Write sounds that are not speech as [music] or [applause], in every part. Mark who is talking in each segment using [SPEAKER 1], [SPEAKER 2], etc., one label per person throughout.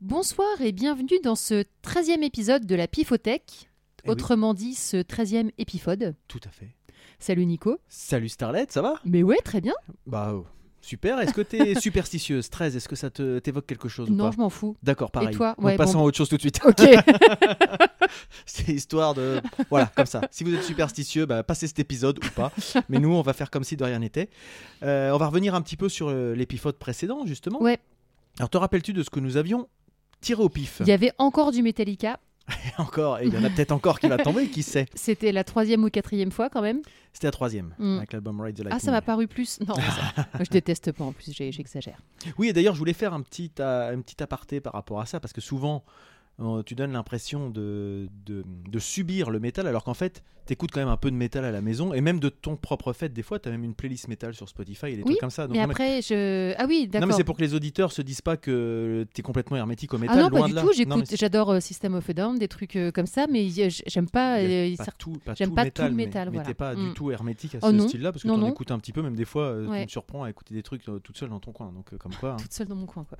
[SPEAKER 1] Bonsoir et bienvenue dans ce 13e épisode de la Pifothèque,
[SPEAKER 2] Eh oui.
[SPEAKER 1] autrement dit ce 13e épiphode.
[SPEAKER 2] Tout à fait.
[SPEAKER 1] Salut Nico.
[SPEAKER 2] Salut Starlet, ça va
[SPEAKER 1] Mais ouais, très bien.
[SPEAKER 2] Bah oh, super. Est-ce
[SPEAKER 1] [laughs]
[SPEAKER 2] que t'es superstitieuse 13, est-ce que ça te- t'évoque quelque chose ou
[SPEAKER 1] Non,
[SPEAKER 2] pas
[SPEAKER 1] je m'en
[SPEAKER 2] [laughs]
[SPEAKER 1] fous.
[SPEAKER 2] D'accord, pareil.
[SPEAKER 1] toi
[SPEAKER 2] On
[SPEAKER 1] Ouais,
[SPEAKER 2] passe
[SPEAKER 1] bon.
[SPEAKER 2] à autre chose tout
[SPEAKER 1] [laughs]
[SPEAKER 2] de suite. [laughs]
[SPEAKER 1] Ok.
[SPEAKER 2] C'est histoire de. Voilà, comme ça. Si vous êtes superstitieux, bah, passez cet épisode ou pas. Mais nous, on va faire comme si de rien n'était. Euh, on va revenir un petit peu sur euh, l'épiphote précédent, justement.
[SPEAKER 1] Ouais.
[SPEAKER 2] Alors, te rappelles-tu de ce que nous avions tiré au pif
[SPEAKER 1] Il y avait encore du Metallica.
[SPEAKER 2] [laughs] Encore, et il y en a peut-être encore qui va tomber, qui sait
[SPEAKER 1] C'était la troisième ou quatrième fois quand même.
[SPEAKER 2] C'était la troisième,
[SPEAKER 1] Mm.
[SPEAKER 2] avec l'album Ride the Lightning.
[SPEAKER 1] Ah, ça m'a paru plus. Non,
[SPEAKER 2] [laughs]
[SPEAKER 1] ça- je déteste pas en plus, j'ai- j'exagère.
[SPEAKER 2] Oui, et d'ailleurs, je voulais faire un petit, a- un petit aparté par rapport à ça, parce que souvent, euh, tu donnes l'impression de, de, de subir le métal, alors qu'en fait, t'écoutes quand même un peu de métal à la maison, et même de ton propre fait, des fois, t'as même une playlist métal sur Spotify et des
[SPEAKER 1] Oui,
[SPEAKER 2] trucs comme ça. Donc,
[SPEAKER 1] Mais
[SPEAKER 2] non, mais-
[SPEAKER 1] après, je. Ah oui,
[SPEAKER 2] non,
[SPEAKER 1] d'accord.
[SPEAKER 2] mais c'est pour que les auditeurs se disent pas que t'es complètement hermétique au
[SPEAKER 1] Ah
[SPEAKER 2] métal,
[SPEAKER 1] non,
[SPEAKER 2] loin
[SPEAKER 1] pas du
[SPEAKER 2] de là.
[SPEAKER 1] tout.
[SPEAKER 2] Non, mais
[SPEAKER 1] J'écoute,
[SPEAKER 2] c'est-
[SPEAKER 1] j'adore euh, System of a Down, des trucs euh, comme ça, mais y- j'aime pas.
[SPEAKER 2] il y a
[SPEAKER 1] euh,
[SPEAKER 2] pas
[SPEAKER 1] cer-
[SPEAKER 2] tout, pas
[SPEAKER 1] j'aime
[SPEAKER 2] tout
[SPEAKER 1] pas
[SPEAKER 2] le métal,
[SPEAKER 1] tout le
[SPEAKER 2] mais-
[SPEAKER 1] métal,
[SPEAKER 2] mais,
[SPEAKER 1] voilà.
[SPEAKER 2] t'es pas
[SPEAKER 1] Mm.
[SPEAKER 2] du tout hermétique à
[SPEAKER 1] Oh
[SPEAKER 2] ce
[SPEAKER 1] non,
[SPEAKER 2] style-là, parce que
[SPEAKER 1] non,
[SPEAKER 2] t'en
[SPEAKER 1] non.
[SPEAKER 2] écoutes un petit peu, même des fois, euh,
[SPEAKER 1] Ouais.
[SPEAKER 2] tu me surprends à écouter des trucs euh, toute seule dans ton coin, donc euh, comme quoi. hein.
[SPEAKER 1] Toute seule dans mon coin, quoi.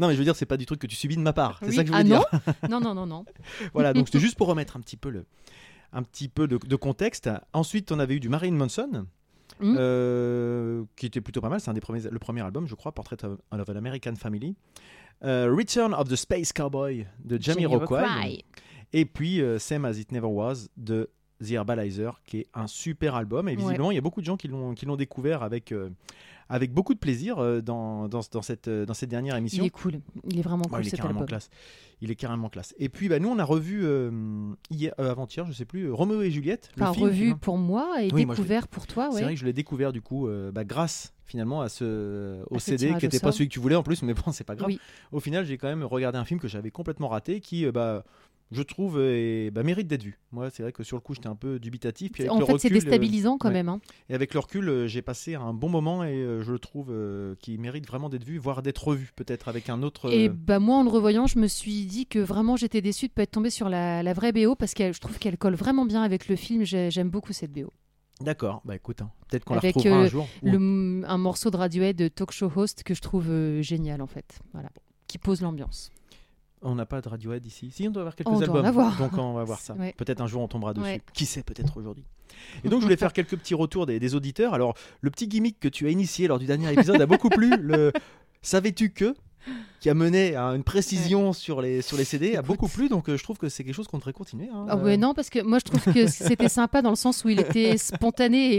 [SPEAKER 2] non, mais je veux dire, c'est pas du truc que tu subis de ma part, c'est
[SPEAKER 1] Oui.
[SPEAKER 2] ça que je veux
[SPEAKER 1] ah
[SPEAKER 2] dire.
[SPEAKER 1] non, non, non, non, non.
[SPEAKER 2] Voilà, donc [laughs] c'était juste pour remettre un petit peu le un petit peu de, de contexte. Ensuite, on avait eu du Marine Manson, Mm.
[SPEAKER 1] Mhm.
[SPEAKER 2] euh, qui était plutôt pas mal. C'est un des premiers, le premier album, je crois, Portrait of, of an American Family. Euh, Return of the Space Cowboy de Jamie Rockwell.
[SPEAKER 1] Jamiroquai.
[SPEAKER 2] Et puis euh, Same as It Never Was de The Herbalizer, qui est un super album. Et
[SPEAKER 1] Ouais.
[SPEAKER 2] visiblement, il y a beaucoup de gens qui l'ont qui l'ont découvert avec euh, avec beaucoup de plaisir euh, dans, dans, dans cette euh, dans cette dernière
[SPEAKER 1] Il
[SPEAKER 2] émission.
[SPEAKER 1] est cool. Il est vraiment
[SPEAKER 2] Ouais,
[SPEAKER 1] cool
[SPEAKER 2] Oh, il est
[SPEAKER 1] cet
[SPEAKER 2] carrément
[SPEAKER 1] album.
[SPEAKER 2] classe. Il est carrément classe. Et puis bah, nous on a revu euh, hier, euh, avant-hier, je sais plus, euh, Roméo et Juliette.
[SPEAKER 1] Enfin,
[SPEAKER 2] le film,
[SPEAKER 1] revu
[SPEAKER 2] finalement.
[SPEAKER 1] pour moi et
[SPEAKER 2] Oui, moi, je
[SPEAKER 1] découvert pour toi,
[SPEAKER 2] C'est vrai
[SPEAKER 1] Ah ouais.
[SPEAKER 2] que je l'ai découvert du coup euh, bah, grâce finalement à ce au
[SPEAKER 1] À ce
[SPEAKER 2] CD
[SPEAKER 1] tirage
[SPEAKER 2] qui
[SPEAKER 1] au
[SPEAKER 2] n'était pas
[SPEAKER 1] sort.
[SPEAKER 2] celui que tu voulais en plus, mais bon [laughs] c'est pas grave.
[SPEAKER 1] Oui.
[SPEAKER 2] Au final j'ai quand même regardé un film que j'avais complètement raté qui euh, bah je trouve euh, est- bah, mérite d'être vu. Moi c'est vrai que sur le coup j'étais un peu dubitatif. Puis avec
[SPEAKER 1] En
[SPEAKER 2] le
[SPEAKER 1] fait, c'est
[SPEAKER 2] recul, euh,
[SPEAKER 1] déstabilisant quand
[SPEAKER 2] ouais.
[SPEAKER 1] même. hein.
[SPEAKER 2] et avec le recul euh, j'ai passé un bon moment et euh, je le trouve euh, qui mérite vraiment d'être vu, voire d'être revu peut-être avec un autre.
[SPEAKER 1] Et
[SPEAKER 2] euh,
[SPEAKER 1] bah moi, en le revoyant, je me suis dit que vraiment j'étais déçue de pas être tombée sur la, la vraie BO parce que je trouve qu'elle colle vraiment bien avec le film. J'ai- J'aime beaucoup cette BO.
[SPEAKER 2] D'accord. Bah écoute, hein, peut-être qu'on la
[SPEAKER 1] Avec,
[SPEAKER 2] retrouvera un
[SPEAKER 1] euh,
[SPEAKER 2] jour. ou-
[SPEAKER 1] Le- un morceau de Radiohead de Talk Show Host que je trouve euh, génial en fait. Voilà. Qui pose l'ambiance.
[SPEAKER 2] On n'a pas de Radiohead ici. Si, on doit avoir quelques
[SPEAKER 1] On doit en
[SPEAKER 2] albums.
[SPEAKER 1] avoir.
[SPEAKER 2] Donc on va voir ça.
[SPEAKER 1] Ouais.
[SPEAKER 2] Peut-être un jour on tombera dessus.
[SPEAKER 1] Ouais.
[SPEAKER 2] Qui sait, peut-être aujourd'hui.
[SPEAKER 1] [laughs]
[SPEAKER 2] Et donc je voulais faire quelques petits retours des, des auditeurs. Alors, le petit gimmick que tu as initié lors du dernier épisode a beaucoup plu.
[SPEAKER 1] [laughs]
[SPEAKER 2] Le Savais-tu que qui a mené à une précision sur, les, sur les CD a
[SPEAKER 1] Écoute.
[SPEAKER 2] beaucoup plu. Donc euh, je trouve que c'est quelque chose qu'on devrait continuer. hein.
[SPEAKER 1] Ah ouais,
[SPEAKER 2] Euh,
[SPEAKER 1] non, parce que moi je trouve que
[SPEAKER 2] [laughs]
[SPEAKER 1] c'était sympa dans le sens où il était spontané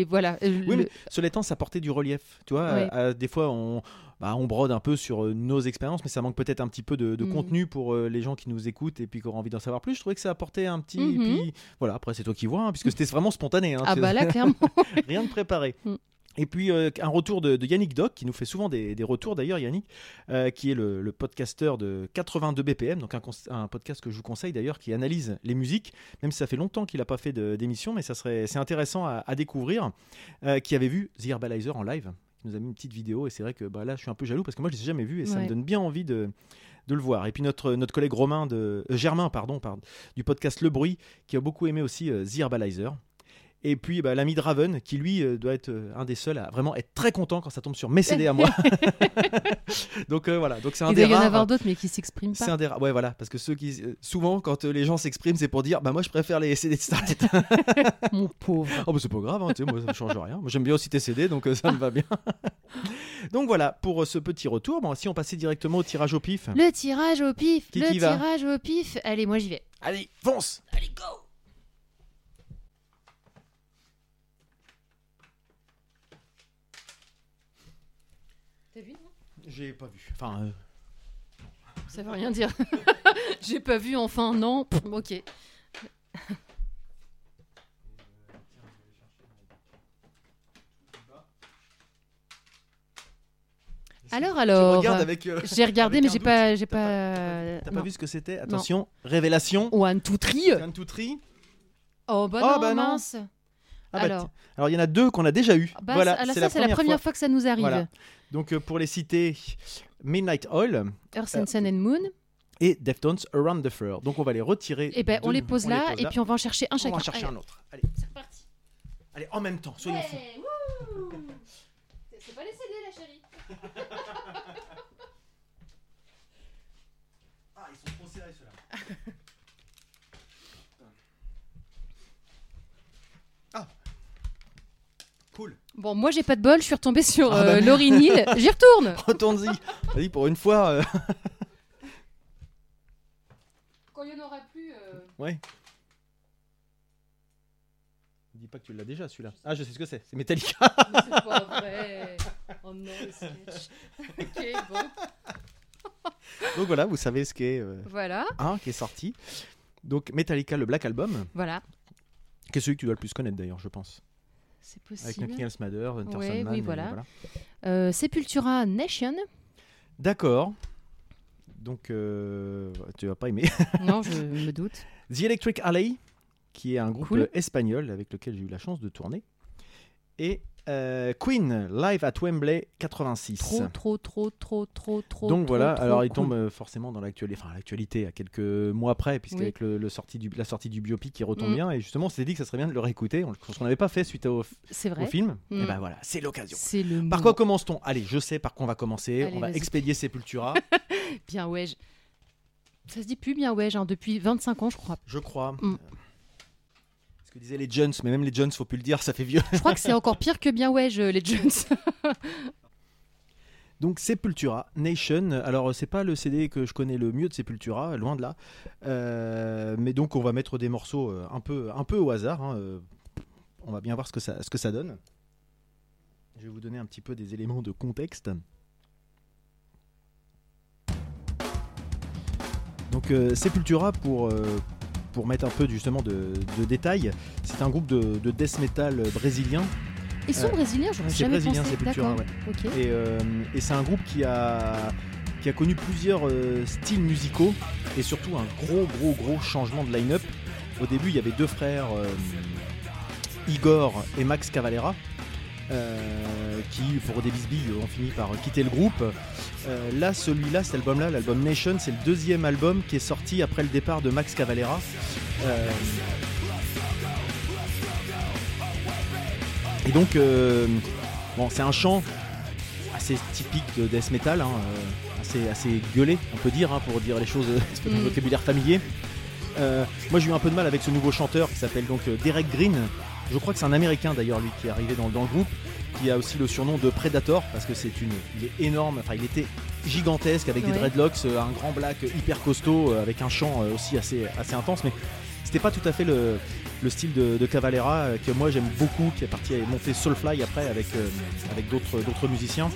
[SPEAKER 1] et voilà. Euh, le-
[SPEAKER 2] Oui, mais cela étant, ça portait du relief. Tu vois,
[SPEAKER 1] Ouais.
[SPEAKER 2] à- à- des fois, on, bah, on brode un peu sur euh, nos expériences, mais ça manque peut-être un petit peu de, de
[SPEAKER 1] Mhm.
[SPEAKER 2] contenu pour euh, les gens qui nous écoutent et puis qui auront envie d'en savoir plus. Je trouvais que ça apportait un petit.
[SPEAKER 1] Mhm.
[SPEAKER 2] et puis, voilà, après, c'est toi qui vois,
[SPEAKER 1] [laughs]
[SPEAKER 2] hein, puisque c'était vraiment spontané. hein,
[SPEAKER 1] Ah
[SPEAKER 2] tu-
[SPEAKER 1] bah
[SPEAKER 2] [laughs]
[SPEAKER 1] là, clairement.
[SPEAKER 2] rien de préparé.
[SPEAKER 1] Mm.
[SPEAKER 2] Et puis euh, un retour de, de Yannick Doc, qui nous fait souvent des, des retours d'ailleurs, Yannick, euh, qui est le, le podcasteur de 82 BPM, donc un, cons- un podcast que je vous conseille d'ailleurs, qui analyse les musiques, même si ça fait longtemps qu'il n'a pas fait de- d'émission, mais ça serait c'est intéressant à, à découvrir, euh, qui avait vu The Herbalizer en live, qui nous a mis une petite vidéo, et c'est vrai que bah, là je suis un peu jaloux parce que moi je ne l'ai jamais vu et ça
[SPEAKER 1] Ouais.
[SPEAKER 2] me donne bien envie de, de le voir. Et puis notre, notre collègue Romain de, euh, Germain pardon, pardon, du podcast Le Bruit, qui a beaucoup aimé aussi euh, The Herbalizer. Et puis bah, l'ami Draven, qui lui euh, doit être euh, un des seuls à vraiment être très content quand ça tombe sur mes CD à moi.
[SPEAKER 1] [laughs]
[SPEAKER 2] [laughs] donc euh, voilà, donc c'est un
[SPEAKER 1] Il
[SPEAKER 2] des
[SPEAKER 1] doit y en
[SPEAKER 2] rares.
[SPEAKER 1] avoir d'autres mais qui s'expriment
[SPEAKER 2] c'est
[SPEAKER 1] pas.
[SPEAKER 2] un des rares- ouais voilà parce que ceux qui euh, souvent quand euh, les gens s'expriment c'est pour dire bah moi je préfère les CD de Starlet.
[SPEAKER 1] [laughs] Mon pauvre.
[SPEAKER 2] oh bah c'est pas grave hein, tu sais, moi ça me change rien. Moi j'aime bien aussi tes CD donc euh, ça me va bien. [laughs] donc voilà pour euh, ce petit retour. Bon si on passait directement au tirage au pif.
[SPEAKER 1] Le tirage au pif,
[SPEAKER 2] Ah. Qui-
[SPEAKER 1] le
[SPEAKER 2] qui va
[SPEAKER 1] tirage au pif. Allez, moi j'y vais.
[SPEAKER 2] Allez fonce.
[SPEAKER 1] T'as vu
[SPEAKER 2] J'ai pas vu. Enfin euh,
[SPEAKER 1] Ça veut rien dire. [laughs] J'ai pas vu, enfin, non. Pff, ok. Alors,
[SPEAKER 2] je
[SPEAKER 1] alors.
[SPEAKER 2] regarde avec. euh,
[SPEAKER 1] J'ai regardé,
[SPEAKER 2] avec
[SPEAKER 1] mais
[SPEAKER 2] un
[SPEAKER 1] j'ai
[SPEAKER 2] doute.
[SPEAKER 1] pas. J'ai
[SPEAKER 2] T'as
[SPEAKER 1] pas. euh,
[SPEAKER 2] T'as pas
[SPEAKER 1] non.
[SPEAKER 2] vu ce que c'était Attention révélation.
[SPEAKER 1] One, two, three.
[SPEAKER 2] Tiens, tout tri.
[SPEAKER 1] Oh, bah
[SPEAKER 2] Oh,
[SPEAKER 1] non,
[SPEAKER 2] bah non.
[SPEAKER 1] mince.
[SPEAKER 2] Ah bah,
[SPEAKER 1] Alors.
[SPEAKER 2] ti- alors il y en a deux qu'on a déjà eu.
[SPEAKER 1] Bah,
[SPEAKER 2] voilà,
[SPEAKER 1] ça- alors ça, c'est la première fois. que ça nous arrive.
[SPEAKER 2] Voilà. Donc euh, pour les citer, Midnight Oil
[SPEAKER 1] Earth and Sun and Moon.
[SPEAKER 2] et Deftones Around the Fur. Donc on va les retirer.
[SPEAKER 1] Et ben, on
[SPEAKER 2] de-
[SPEAKER 1] les pose là, et
[SPEAKER 2] là.
[SPEAKER 1] puis on va en chercher un
[SPEAKER 2] on
[SPEAKER 1] chacun.
[SPEAKER 2] va en chercher
[SPEAKER 1] Allez,
[SPEAKER 2] un autre. Allez,
[SPEAKER 1] c'est parti.
[SPEAKER 2] allez, en même temps, soyons fous.
[SPEAKER 1] Ouais, wouh C'est pas les CD, la chérie.
[SPEAKER 2] Ah,
[SPEAKER 1] [laughs]
[SPEAKER 2] Ah.
[SPEAKER 1] [laughs]
[SPEAKER 2] Cool.
[SPEAKER 1] Bon, moi j'ai pas de bol, je suis retombée sur
[SPEAKER 2] Ah bah
[SPEAKER 1] euh, Laurie Neal. J'y retourne
[SPEAKER 2] Retourne-y. Vas-y, pour une fois. euh,
[SPEAKER 1] Quand il y en aura plus. euh,
[SPEAKER 2] Ouais. Dis pas que tu l'as déjà celui-là. Ah, je sais ce que c'est.
[SPEAKER 1] [laughs]
[SPEAKER 2] C'est Metallica.
[SPEAKER 1] Mais c'est pas vrai Oh non, le sketch [laughs] Ok, bon.
[SPEAKER 2] Donc voilà, vous savez ce qu'est euh,
[SPEAKER 1] Voilà,
[SPEAKER 2] un qui est sorti. Donc Metallica, le Black Album,
[SPEAKER 1] voilà.
[SPEAKER 2] qui est celui que tu dois le plus connaître d'ailleurs, je pense.
[SPEAKER 1] C'est
[SPEAKER 2] Avec
[SPEAKER 1] possible.
[SPEAKER 2] Nothing Else Matters, Enter
[SPEAKER 1] Ouais,
[SPEAKER 2] Sandman,
[SPEAKER 1] oui,
[SPEAKER 2] et
[SPEAKER 1] voilà. Euh, Sepultura Nation.
[SPEAKER 2] D'accord. Donc euh, tu vas pas aimer. [laughs]
[SPEAKER 1] Non, je [laughs] me doute.
[SPEAKER 2] The Electric Alley, qui est un groupe
[SPEAKER 1] Cool.
[SPEAKER 2] espagnol avec lequel j'ai eu la chance de tourner. Et euh, Queen, live at Wembley 86.
[SPEAKER 1] Trop, trop, trop, trop, trop, trop.
[SPEAKER 2] Donc
[SPEAKER 1] trop,
[SPEAKER 2] voilà,
[SPEAKER 1] trop
[SPEAKER 2] alors il
[SPEAKER 1] cool.
[SPEAKER 2] tombe euh, forcément dans l'actualité, enfin l'actualité à quelques mois après, puisqu'avec le, le sorti du, la sortie du biopic qui retombe
[SPEAKER 1] Mm.
[SPEAKER 2] bien, et justement on s'est dit que ça serait bien de le réécouter, on- ce qu'on n'avait pas fait suite au, f-
[SPEAKER 1] C'est
[SPEAKER 2] au
[SPEAKER 1] vrai.
[SPEAKER 2] film,
[SPEAKER 1] Mm.
[SPEAKER 2] et ben voilà, c'est l'occasion.
[SPEAKER 1] C'est le
[SPEAKER 2] Par
[SPEAKER 1] mot.
[SPEAKER 2] quoi commence-t-on Allez, je sais par quoi on va commencer,
[SPEAKER 1] Allez,
[SPEAKER 2] on va
[SPEAKER 1] vas-y. [laughs]
[SPEAKER 2] expédier Sepultura,
[SPEAKER 1] Bien ouais. je- Ça se dit plus bien ouais, genre depuis 25 ans, je crois.
[SPEAKER 2] je crois.
[SPEAKER 1] Mm.
[SPEAKER 2] Euh, Ce que disaient les Jones, mais même les Jones, faut plus le dire, ça fait vieux.
[SPEAKER 1] Je crois que c'est encore pire que bien ouais, je- les Jones.
[SPEAKER 2] Donc Sepultura Nation. Alors euh, c'est pas le CD que je connais le mieux de Sepultura, loin de là. Euh, mais donc on va mettre des morceaux euh, un peu, un peu au hasard. hein, euh, On va bien voir ce que ça, ce que ça donne. Je vais vous donner un petit peu des éléments de contexte. Donc euh, Sepultura pour euh, pour mettre un peu justement de, de détails, c'est un groupe de, de death metal brésilien
[SPEAKER 1] Ils sont
[SPEAKER 2] Euh,
[SPEAKER 1] brésiliens, j'aurais
[SPEAKER 2] c'est
[SPEAKER 1] jamais
[SPEAKER 2] brésilien,
[SPEAKER 1] pensé.
[SPEAKER 2] c'est Sepultura,
[SPEAKER 1] D'accord. Ok.
[SPEAKER 2] et, euh, et c'est un groupe qui a, qui a connu plusieurs euh, styles musicaux et surtout un gros, gros, gros changement de line-up. Au début, il y avait deux frères, euh, Igor et Max Cavalera, euh, qui, pour des bisbilles, ont fini par quitter le groupe. Euh, là, celui-là, cet album-là, l'album Nation, c'est le deuxième album qui est sorti après le départ de Max Cavalera. Euh, et donc, euh, bon, c'est un chant assez typique de death metal, hein, euh, assez, assez gueulé, on peut dire, hein, pour dire les choses, [laughs] c'est un
[SPEAKER 1] Mm.
[SPEAKER 2] vocabulaire familier. Euh, moi, j'ai eu un peu de mal avec ce nouveau chanteur qui s'appelle donc euh, Derek Green. Je crois que c'est un Américain d'ailleurs, lui, qui est arrivé dans, dans le groupe, qui a aussi le surnom de Predator parce que c'est une, il est énorme. Enfin, il était gigantesque avec des
[SPEAKER 1] Ouais.
[SPEAKER 2] dreadlocks, euh, un grand black hyper costaud, euh, avec un chant euh, aussi assez, assez intense, mais c'était pas tout à fait le, le style de, de Cavalera euh, que moi j'aime beaucoup, qui est parti monter Soulfly après avec, euh, avec d'autres d'autres musiciens.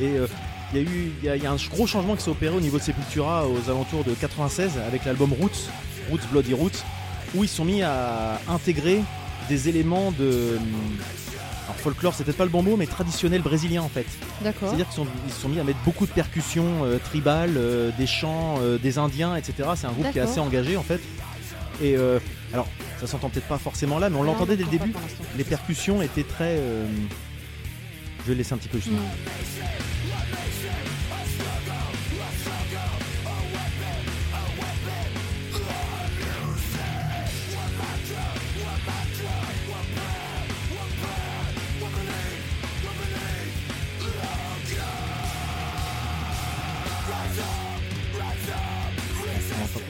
[SPEAKER 2] Et euh, il y a eu il y a- il y a un gros changement qui s'est opéré au niveau de Sepultura aux alentours de 96 avec l'album Roots, Roots Bloody Roots, où ils sont mis à intégrer des éléments de. Alors folklore, c'est peut-être pas le bon mot, mais traditionnel brésilien en fait.
[SPEAKER 1] D'accord.
[SPEAKER 2] C'est-à-dire qu'ils sont, ils se sont mis à mettre beaucoup de percussions euh, tribales, euh, des chants, euh, des indiens, etc. C'est un groupe qui est
[SPEAKER 1] D'accord.
[SPEAKER 2] assez engagé en fait. Et euh, alors, ça s'entend peut-être pas forcément là, mais on l'entendait dès le début. Les percussions étaient très. euh, Je vais laisser un petit peu juste.
[SPEAKER 1] Mm.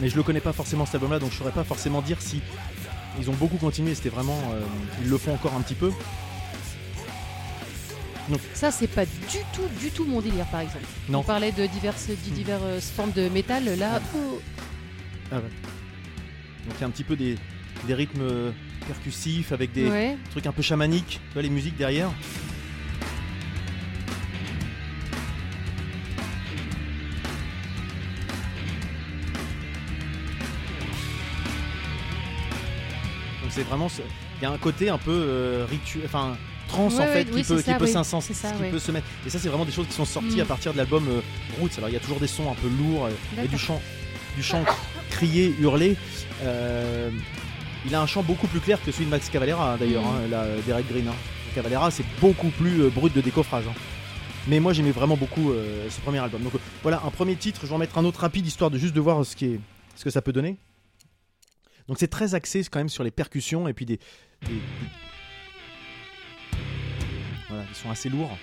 [SPEAKER 2] Mais je le connais pas forcément cet album-là, donc je saurais pas forcément dire si ils ont beaucoup continué. C'était vraiment, euh, ils le font encore un petit peu.
[SPEAKER 1] Ça, c'est pas du tout, du tout mon délire, par exemple.
[SPEAKER 2] Non. Hmm. Ah.
[SPEAKER 1] On parlait de diverses, dix diverses formes de métal. Là, oh,
[SPEAKER 2] Donc il y a un petit peu des, des rythmes euh, percussifs avec des
[SPEAKER 1] ouais.
[SPEAKER 2] trucs un peu chamaniques, tu vois les musiques derrière. Donc c'est vraiment, ce- il y a un côté un peu euh, ritu- enfin trans
[SPEAKER 1] Ouais,
[SPEAKER 2] en fait
[SPEAKER 1] ouais,
[SPEAKER 2] qui
[SPEAKER 1] oui,
[SPEAKER 2] peut,
[SPEAKER 1] c'est
[SPEAKER 2] qui
[SPEAKER 1] ça,
[SPEAKER 2] peut
[SPEAKER 1] oui,
[SPEAKER 2] s'insens-
[SPEAKER 1] c'est ça,
[SPEAKER 2] qui
[SPEAKER 1] ouais.
[SPEAKER 2] peut se mettre. Et ça c'est vraiment des choses qui sont sorties
[SPEAKER 1] Mm.
[SPEAKER 2] à partir de l'album euh, Roots. Alors il y a toujours des sons un peu lourds, euh, et du
[SPEAKER 1] D'accord.
[SPEAKER 2] chant, du chant crié, hurlé. Euh, il a un chant beaucoup plus clair que celui de Max Cavalera hein, d'ailleurs,
[SPEAKER 1] Mhm.
[SPEAKER 2] hein, là, euh, Derek Green. hein. Cavalera c'est beaucoup plus euh, brut de décoffrage. hein. Mais moi j'aimais vraiment beaucoup euh, ce premier album. Donc euh, voilà, un premier titre, je vais en mettre un autre rapide histoire de juste de voir ce, qui est, ce que ça peut donner. Donc c'est très axé quand même sur les percussions et puis des. des- des- Voilà, ils sont assez lourds.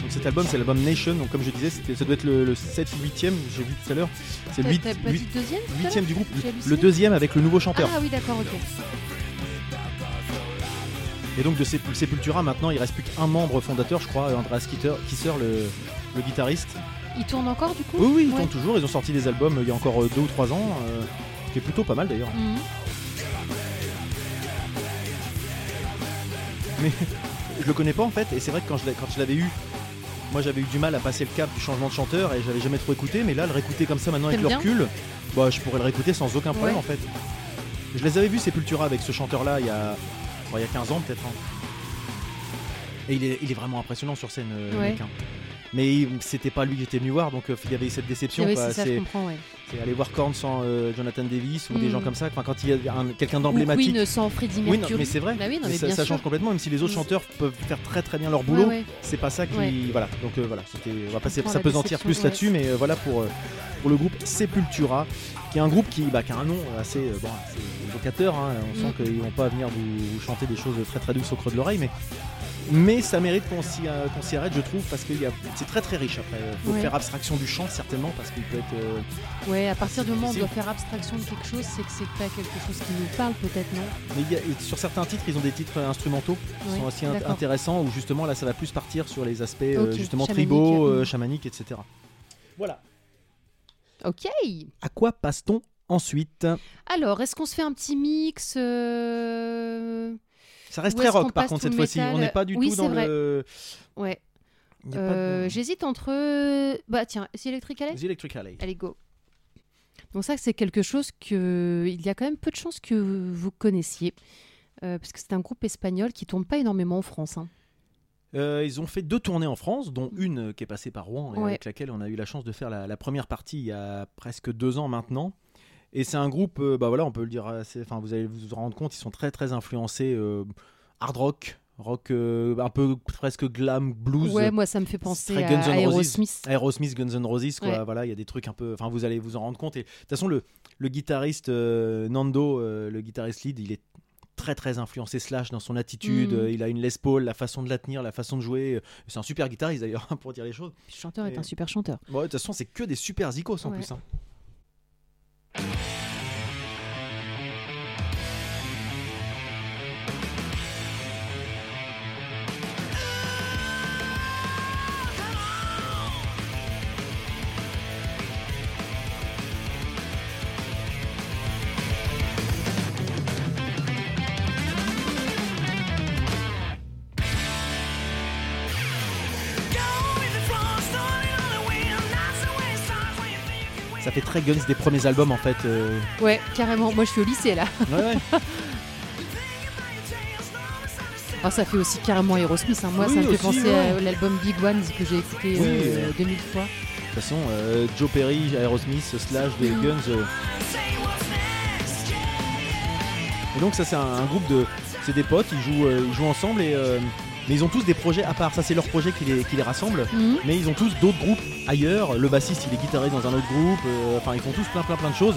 [SPEAKER 2] Donc cet album, c'est l'album Nation. Donc, comme je disais, c'était- ça doit être le, 7 ou 8 e j'ai vu tout à l'heure. C'est le
[SPEAKER 1] T'as
[SPEAKER 2] 8
[SPEAKER 1] t'as pas dit deuxième tout à l'heure
[SPEAKER 2] du groupe.
[SPEAKER 1] J'ai
[SPEAKER 2] Le
[SPEAKER 1] halluciné.
[SPEAKER 2] deuxième avec le nouveau chanteur.
[SPEAKER 1] Ah oui, d'accord, ok.
[SPEAKER 2] Et donc, de Sep- Sepultura, maintenant, il reste plus qu'un membre fondateur, je crois, euh, Andreas Kisser, Kisser, le, le guitariste.
[SPEAKER 1] Il tourne encore du coup
[SPEAKER 2] Oui, oui, ils
[SPEAKER 1] Ouais.
[SPEAKER 2] tournent toujours. Ils ont sorti des albums il y a encore euh, deux ou trois ans, euh, ce qui est plutôt pas mal d'ailleurs.
[SPEAKER 1] Mhm.
[SPEAKER 2] Mais je le connais pas en fait, et c'est vrai que quand je l'ai- quand je l'avais eu, moi j'avais eu du mal à passer le cap du changement de chanteur et j'avais jamais trop écouté, mais là le réécouter comme ça maintenant avec le
[SPEAKER 1] T'aimes bien
[SPEAKER 2] recul, bah je pourrais le réécouter sans aucun problème
[SPEAKER 1] Ouais.
[SPEAKER 2] en fait. Je les avais vus Sepultura avec ce chanteur là il y a, bon, il y a 15 ans peut-être. hein. Et il est, il est vraiment impressionnant sur scène, euh, le
[SPEAKER 1] Ouais.
[SPEAKER 2] mec, hein. Mais il- c'était pas lui qui était venu voir, donc euh, il y avait cette déception.
[SPEAKER 1] Eh Oui,
[SPEAKER 2] quoi.
[SPEAKER 1] c'est ça, je
[SPEAKER 2] C'est-
[SPEAKER 1] comprends, ouais.
[SPEAKER 2] c'est aller voir Korn sans euh, Jonathan Davis ou des
[SPEAKER 1] Mm.
[SPEAKER 2] gens comme ça. Enfin, quand il y a un- quelqu'un
[SPEAKER 1] Ou
[SPEAKER 2] d'emblématique.
[SPEAKER 1] Queen sans Freddie
[SPEAKER 2] Oui, non,
[SPEAKER 1] Mercury.
[SPEAKER 2] mais c'est vrai.
[SPEAKER 1] Bah oui, non,
[SPEAKER 2] Mais
[SPEAKER 1] mais
[SPEAKER 2] ça,
[SPEAKER 1] bien
[SPEAKER 2] ça
[SPEAKER 1] sûr.
[SPEAKER 2] change complètement, même si les autres
[SPEAKER 1] Mm.
[SPEAKER 2] chanteurs peuvent faire très très bien leur
[SPEAKER 1] Ouais,
[SPEAKER 2] boulot.
[SPEAKER 1] ouais.
[SPEAKER 2] C'est pas ça qui.
[SPEAKER 1] Ouais.
[SPEAKER 2] Voilà, donc euh, voilà, c'était. On va pas
[SPEAKER 1] comprends la
[SPEAKER 2] s'apesantir
[SPEAKER 1] déception,
[SPEAKER 2] plus
[SPEAKER 1] ouais.
[SPEAKER 2] là-dessus, mais euh, voilà pour, euh, pour le groupe Sepultura, qui est un groupe qui, bah, qui a un nom assez, euh, bon, assez évocateur. hein. On sent
[SPEAKER 1] Mm.
[SPEAKER 2] qu'ils vont pas venir vous, vous chanter des choses très très douces au creux de l'oreille, mais. Mais ça mérite qu'on s'y euh, qu'on s'y arrête, je trouve, parce que y a- c'est très très riche après. Faut
[SPEAKER 1] Ouais.
[SPEAKER 2] faire abstraction du chant, certainement, parce qu'il peut être. euh,
[SPEAKER 1] Ouais, à partir du moment où on
[SPEAKER 2] C'est-
[SPEAKER 1] doit faire abstraction de quelque chose, c'est que c'est pas quelque chose qui nous parle peut-être, non
[SPEAKER 2] Mais il y a- et sur certains titres, ils ont des titres euh, instrumentaux qui
[SPEAKER 1] Ouais,
[SPEAKER 2] sont aussi int-
[SPEAKER 1] d'accord.
[SPEAKER 2] intéressants où justement là, ça va plus partir sur les aspects euh,
[SPEAKER 1] Ok,
[SPEAKER 2] justement
[SPEAKER 1] chamanique.
[SPEAKER 2] tribaux, euh,
[SPEAKER 1] Mm.
[SPEAKER 2] chamaniques, etc. Voilà.
[SPEAKER 1] Ok
[SPEAKER 2] À quoi passe-t-on ensuite
[SPEAKER 1] Alors, est-ce qu'on se fait un petit mix euh,
[SPEAKER 2] Ça reste
[SPEAKER 1] Où
[SPEAKER 2] très
[SPEAKER 1] est-ce
[SPEAKER 2] rock
[SPEAKER 1] qu'on
[SPEAKER 2] par
[SPEAKER 1] passe
[SPEAKER 2] contre
[SPEAKER 1] tout
[SPEAKER 2] cette
[SPEAKER 1] le
[SPEAKER 2] fois-ci.
[SPEAKER 1] métal
[SPEAKER 2] On n'est pas du
[SPEAKER 1] Oui,
[SPEAKER 2] tout
[SPEAKER 1] c'est
[SPEAKER 2] dans
[SPEAKER 1] vrai.
[SPEAKER 2] le.
[SPEAKER 1] Ouais.
[SPEAKER 2] Il y a
[SPEAKER 1] Euh,
[SPEAKER 2] pas de-
[SPEAKER 1] J'hésite entre. Bah tiens, c'est Electric Alley
[SPEAKER 2] The Electric Alley.
[SPEAKER 1] Allez, go. Donc ça, c'est quelque chose que il y a quand même peu de chances que vous connaissiez, euh, parce que c'est un groupe espagnol qui tourne pas énormément en France. hein.
[SPEAKER 2] Euh, ils ont fait deux tournées en France, dont une euh, qui est passée par Rouen et
[SPEAKER 1] Mm. Ouais.
[SPEAKER 2] avec laquelle on a eu la chance de faire la, la première partie il y a presque deux ans maintenant. Et c'est un groupe, euh, bah voilà, on peut le dire, assez- enfin vous allez vous rendre compte, ils sont très très influencés euh, hard rock, rock euh, un peu presque glam blues.
[SPEAKER 1] Ouais, moi ça me fait penser
[SPEAKER 2] très
[SPEAKER 1] à,
[SPEAKER 2] Guns N'
[SPEAKER 1] à
[SPEAKER 2] Roses.
[SPEAKER 1] Aerosmith.
[SPEAKER 2] Aerosmith, Guns N' Roses, quoi.
[SPEAKER 1] Ouais.
[SPEAKER 2] Voilà, il y a des trucs un peu. Enfin, vous allez vous en rendre compte. Et de toute façon, le, le guitariste euh, Nando, euh, le guitariste lead, il est très très influencé slash dans son attitude.
[SPEAKER 1] Mm.
[SPEAKER 2] Euh, Il a une Les Paul, la façon de la tenir, la façon de jouer. euh, C'est un super guitariste d'ailleurs [laughs] pour dire les choses.
[SPEAKER 1] Le chanteur est
[SPEAKER 2] Et-
[SPEAKER 1] un super chanteur.
[SPEAKER 2] Bon, de toute façon, c'est que des super zikos en
[SPEAKER 1] Ouais.
[SPEAKER 2] plus. hein. Ça fait très Guns des premiers albums en fait. euh.
[SPEAKER 1] Ouais, carrément. Moi, je suis au lycée là.
[SPEAKER 2] Ouais, ouais.
[SPEAKER 1] Ah, ça fait aussi carrément Aerosmith. hein. Moi,
[SPEAKER 2] Oui,
[SPEAKER 1] ça me fait
[SPEAKER 2] aussi,
[SPEAKER 1] penser
[SPEAKER 2] ouais.
[SPEAKER 1] à l'album Big Ones que j'ai écouté
[SPEAKER 2] Oui,
[SPEAKER 1] euh,
[SPEAKER 2] euh.
[SPEAKER 1] 2000 fois.
[SPEAKER 2] De toute façon, euh, Joe Perry, Aerosmith, slash des Guns. euh. Et donc ça c'est un, un groupe de, c'est des potes, ils jouent, euh, ils jouent ensemble et euh, mais ils ont tous des projets à part. Ça c'est leur projet qui les, qui les rassemble.
[SPEAKER 1] Mhm.
[SPEAKER 2] Mais ils ont tous d'autres groupes ailleurs. Le bassiste il est guitariste dans un autre groupe. euh, Enfin ils font tous plein plein plein de choses.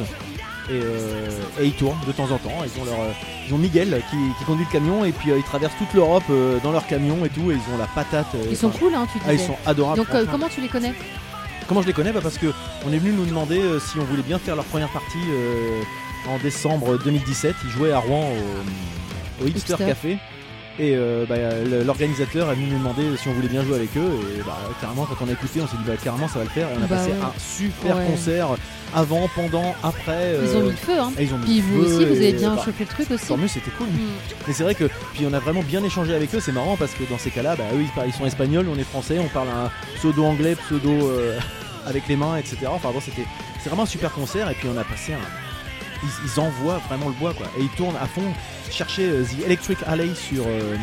[SPEAKER 2] Et, euh, et ils tournent de temps en temps. Ils ont leur, euh, ils ont Miguel qui, qui conduit le camion et puis euh, ils traversent toute l'Europe euh, dans leur camion et tout. Et ils ont la patate. euh,
[SPEAKER 1] Ils sont
[SPEAKER 2] enfin,
[SPEAKER 1] cool, hein, tu disais.
[SPEAKER 2] ah, ils sont adorables.
[SPEAKER 1] Donc, euh,
[SPEAKER 2] franchement.
[SPEAKER 1] comment tu les connais
[SPEAKER 2] Comment je les connais Bah Parce que on est venu nous demander euh, si on voulait bien faire leur première partie euh, en décembre 2017. Ils jouaient à Rouen au, au Hipster,
[SPEAKER 1] Hipster.
[SPEAKER 2] Café. Et euh, bah, le- l'organisateur est venu nous demander si on voulait bien jouer avec eux. Et bah, carrément, quand on a écouté, on s'est dit bah, carrément ça va le faire. Et on a
[SPEAKER 1] Bah
[SPEAKER 2] passé
[SPEAKER 1] ouais.
[SPEAKER 2] un super
[SPEAKER 1] Ouais.
[SPEAKER 2] concert avant, pendant, après.
[SPEAKER 1] Ils
[SPEAKER 2] euh,
[SPEAKER 1] ont mis le feu. Hein.
[SPEAKER 2] et ils ont mis
[SPEAKER 1] Puis
[SPEAKER 2] le
[SPEAKER 1] vous
[SPEAKER 2] feu
[SPEAKER 1] aussi, vous
[SPEAKER 2] et,
[SPEAKER 1] avez bien
[SPEAKER 2] bah,
[SPEAKER 1] chopé le truc aussi.
[SPEAKER 2] Tant mieux, c'était cool.
[SPEAKER 1] Mhm.
[SPEAKER 2] Mais c'est vrai que puis on a vraiment bien échangé avec eux, c'est marrant parce que dans ces cas-là, bah, eux ils, parlent- ils sont espagnols, on est français, on parle un pseudo anglais, pseudo euh, [laughs] avec les mains, etc. Enfin bon, c'était c'est vraiment un super concert et puis on a passé un ils, ils envoient vraiment le bois quoi et ils tournent à fond. Cherchez euh, The Electric Alley sur euh,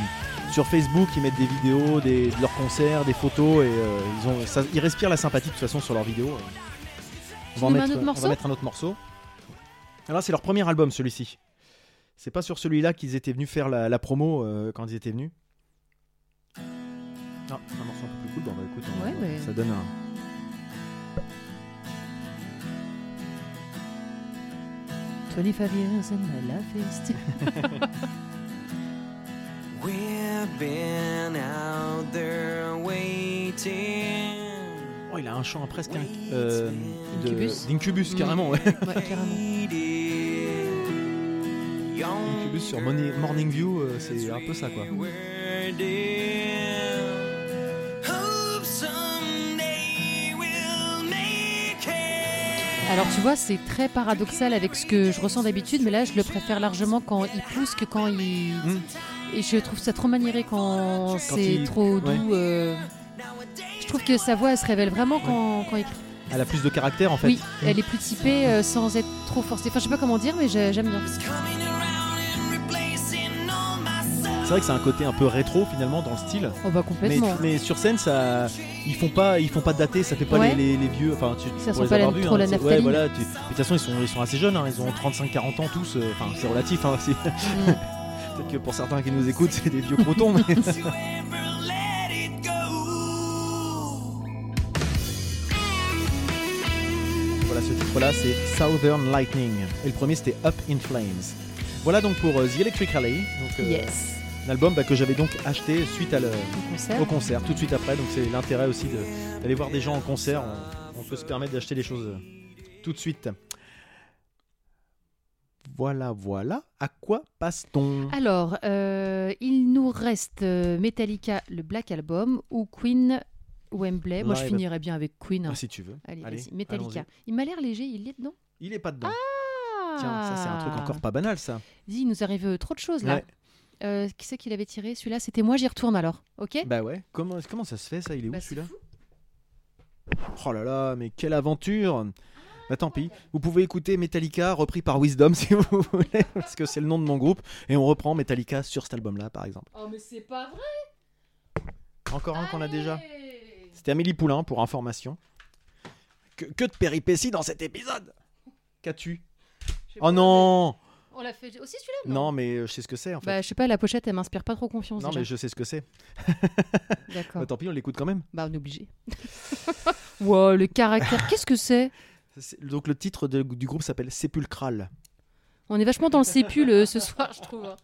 [SPEAKER 2] sur Facebook, ils mettent des vidéos des, de leurs concerts, des photos et euh, ils ont ça- ils respirent la sympathie de toute façon sur leurs vidéos. On va, en
[SPEAKER 1] nous mets un
[SPEAKER 2] mettre,
[SPEAKER 1] autre
[SPEAKER 2] on va
[SPEAKER 1] morceau
[SPEAKER 2] mettre un autre morceau. Alors là, c'est leur premier album celui-ci. C'est pas sur celui-là qu'ils étaient venus faire la, la promo euh, quand ils étaient venus. Ah, un morceau un peu plus cool, bah, bah, écoute, on-
[SPEAKER 1] Ouais, mais-
[SPEAKER 2] ça donne un.
[SPEAKER 3] We've been out there way waiting.
[SPEAKER 2] Oh, il a un chant presque un, euh, de-
[SPEAKER 1] Incubus.
[SPEAKER 2] d'Incubus,
[SPEAKER 1] Mm. [laughs]
[SPEAKER 2] carrément. ouais.
[SPEAKER 1] [laughs] Ouais, carrément.
[SPEAKER 2] Incubus sur Morning, Morning View, euh, c'est un peu ça, quoi.
[SPEAKER 1] Alors tu vois, c'est très paradoxal avec ce que je ressens d'habitude, mais là je le préfère largement quand il pousse que quand il...
[SPEAKER 2] Mm.
[SPEAKER 1] Et je trouve ça trop maniéré quand, c'est
[SPEAKER 2] il-
[SPEAKER 1] trop
[SPEAKER 2] ouais.
[SPEAKER 1] doux. euh, Je trouve que sa voix elle se révèle vraiment quand, quand il crie.
[SPEAKER 2] Elle a plus de caractère, en fait.
[SPEAKER 1] Oui, elle est plus typée euh, sans être trop forcée. Enfin, je sais pas comment dire, mais j'ai- j'aime bien.
[SPEAKER 2] C'est vrai que c'est un côté un peu rétro, finalement, dans le style.
[SPEAKER 1] Oh bah
[SPEAKER 2] Mais,
[SPEAKER 1] complètement.
[SPEAKER 2] mais sur scène, ça, ils font pas, ils font pas dater, ça fait pas
[SPEAKER 1] Ouais.
[SPEAKER 2] les, les- les vieux. Enfin, tu,
[SPEAKER 1] Ça
[SPEAKER 2] pour
[SPEAKER 1] sent
[SPEAKER 2] les
[SPEAKER 1] pas la-
[SPEAKER 2] avoir vus,
[SPEAKER 1] trop
[SPEAKER 2] hein,
[SPEAKER 1] la
[SPEAKER 2] tu- ouais,
[SPEAKER 1] naphtaline.
[SPEAKER 2] voilà, tu- mais de toute façon, ils sont, ils sont assez jeunes, hein, ils ont 35-40 ans tous. euh, Enfin, c'est relatif. hein, c'est-
[SPEAKER 1] Mm.
[SPEAKER 2] [laughs] Peut-être que pour certains qui nous écoutent, c'est des vieux crotons.
[SPEAKER 1] [laughs]
[SPEAKER 2] mais- voilà, ce titre-là, c'est Southern Lightning. Et le premier, c'était Up in Flames. Voilà donc pour euh, The Electric Rally, donc, euh,
[SPEAKER 1] Yes.
[SPEAKER 2] un album bah, que j'avais donc acheté suite à le,
[SPEAKER 1] Le concert.
[SPEAKER 2] au concert tout de suite après. Donc c'est l'intérêt aussi de- d'aller voir des gens en concert. On, on peut se permettre d'acheter des choses euh, tout de suite. Voilà, voilà. À quoi passe-t-on
[SPEAKER 1] Alors, euh, il nous reste euh, Metallica, le Black Album, ou Queen, Wembley. Moi, je
[SPEAKER 2] Live.
[SPEAKER 1] finirais bien avec Queen. hein.
[SPEAKER 2] Ah, Si tu veux.
[SPEAKER 1] Allez,
[SPEAKER 2] allez,
[SPEAKER 1] vas-y, Metallica.
[SPEAKER 2] allons-y.
[SPEAKER 1] Il m'a l'air léger, il est dedans.
[SPEAKER 2] Il est pas dedans. Tiens, ça c'est un
[SPEAKER 1] Ah.
[SPEAKER 2] truc encore pas banal ça.
[SPEAKER 1] Dis, il nous arrive euh, trop de choses là.
[SPEAKER 2] Ouais.
[SPEAKER 1] Euh, qui c'est qu'il avait tiré Celui-là, c'était moi, j'y retourne alors. Ok
[SPEAKER 2] Bah ouais. Comment, comment ça se fait ça Il est
[SPEAKER 1] Eh. Bah,
[SPEAKER 2] où
[SPEAKER 1] c'est
[SPEAKER 2] celui-là
[SPEAKER 1] fou.
[SPEAKER 2] Oh là là, mais quelle aventure bah tant pis, vous pouvez écouter Metallica repris par Wisdom [laughs] si vous voulez, parce que c'est le nom de mon groupe, et on reprend Metallica sur cet album-là par exemple.
[SPEAKER 1] Oh, mais c'est pas vrai
[SPEAKER 2] Encore un qu'on a
[SPEAKER 1] Allez
[SPEAKER 2] déjà. C'était Amélie Poulain pour information. Que, que de péripéties dans cet épisode Qu'as-tu
[SPEAKER 1] Je sais
[SPEAKER 2] Oh
[SPEAKER 1] pas,
[SPEAKER 2] non
[SPEAKER 1] On l'a fait aussi celui-là
[SPEAKER 2] non. mais euh, je sais ce que c'est en fait.
[SPEAKER 1] Bah, je sais pas, la pochette, elle m'inspire pas trop confiance.
[SPEAKER 2] non,
[SPEAKER 1] déjà.
[SPEAKER 2] mais je sais ce que c'est. Bah,
[SPEAKER 1] D'accord.
[SPEAKER 2] tant pis, on l'écoute quand même.
[SPEAKER 1] Bah, on est obligé. [laughs] wow, le caractère, qu'est-ce que c'est
[SPEAKER 2] C'est- Donc le titre de- du groupe s'appelle Sépulcral.
[SPEAKER 1] On est vachement dans le sépul euh, ce soir, je trouve. hein.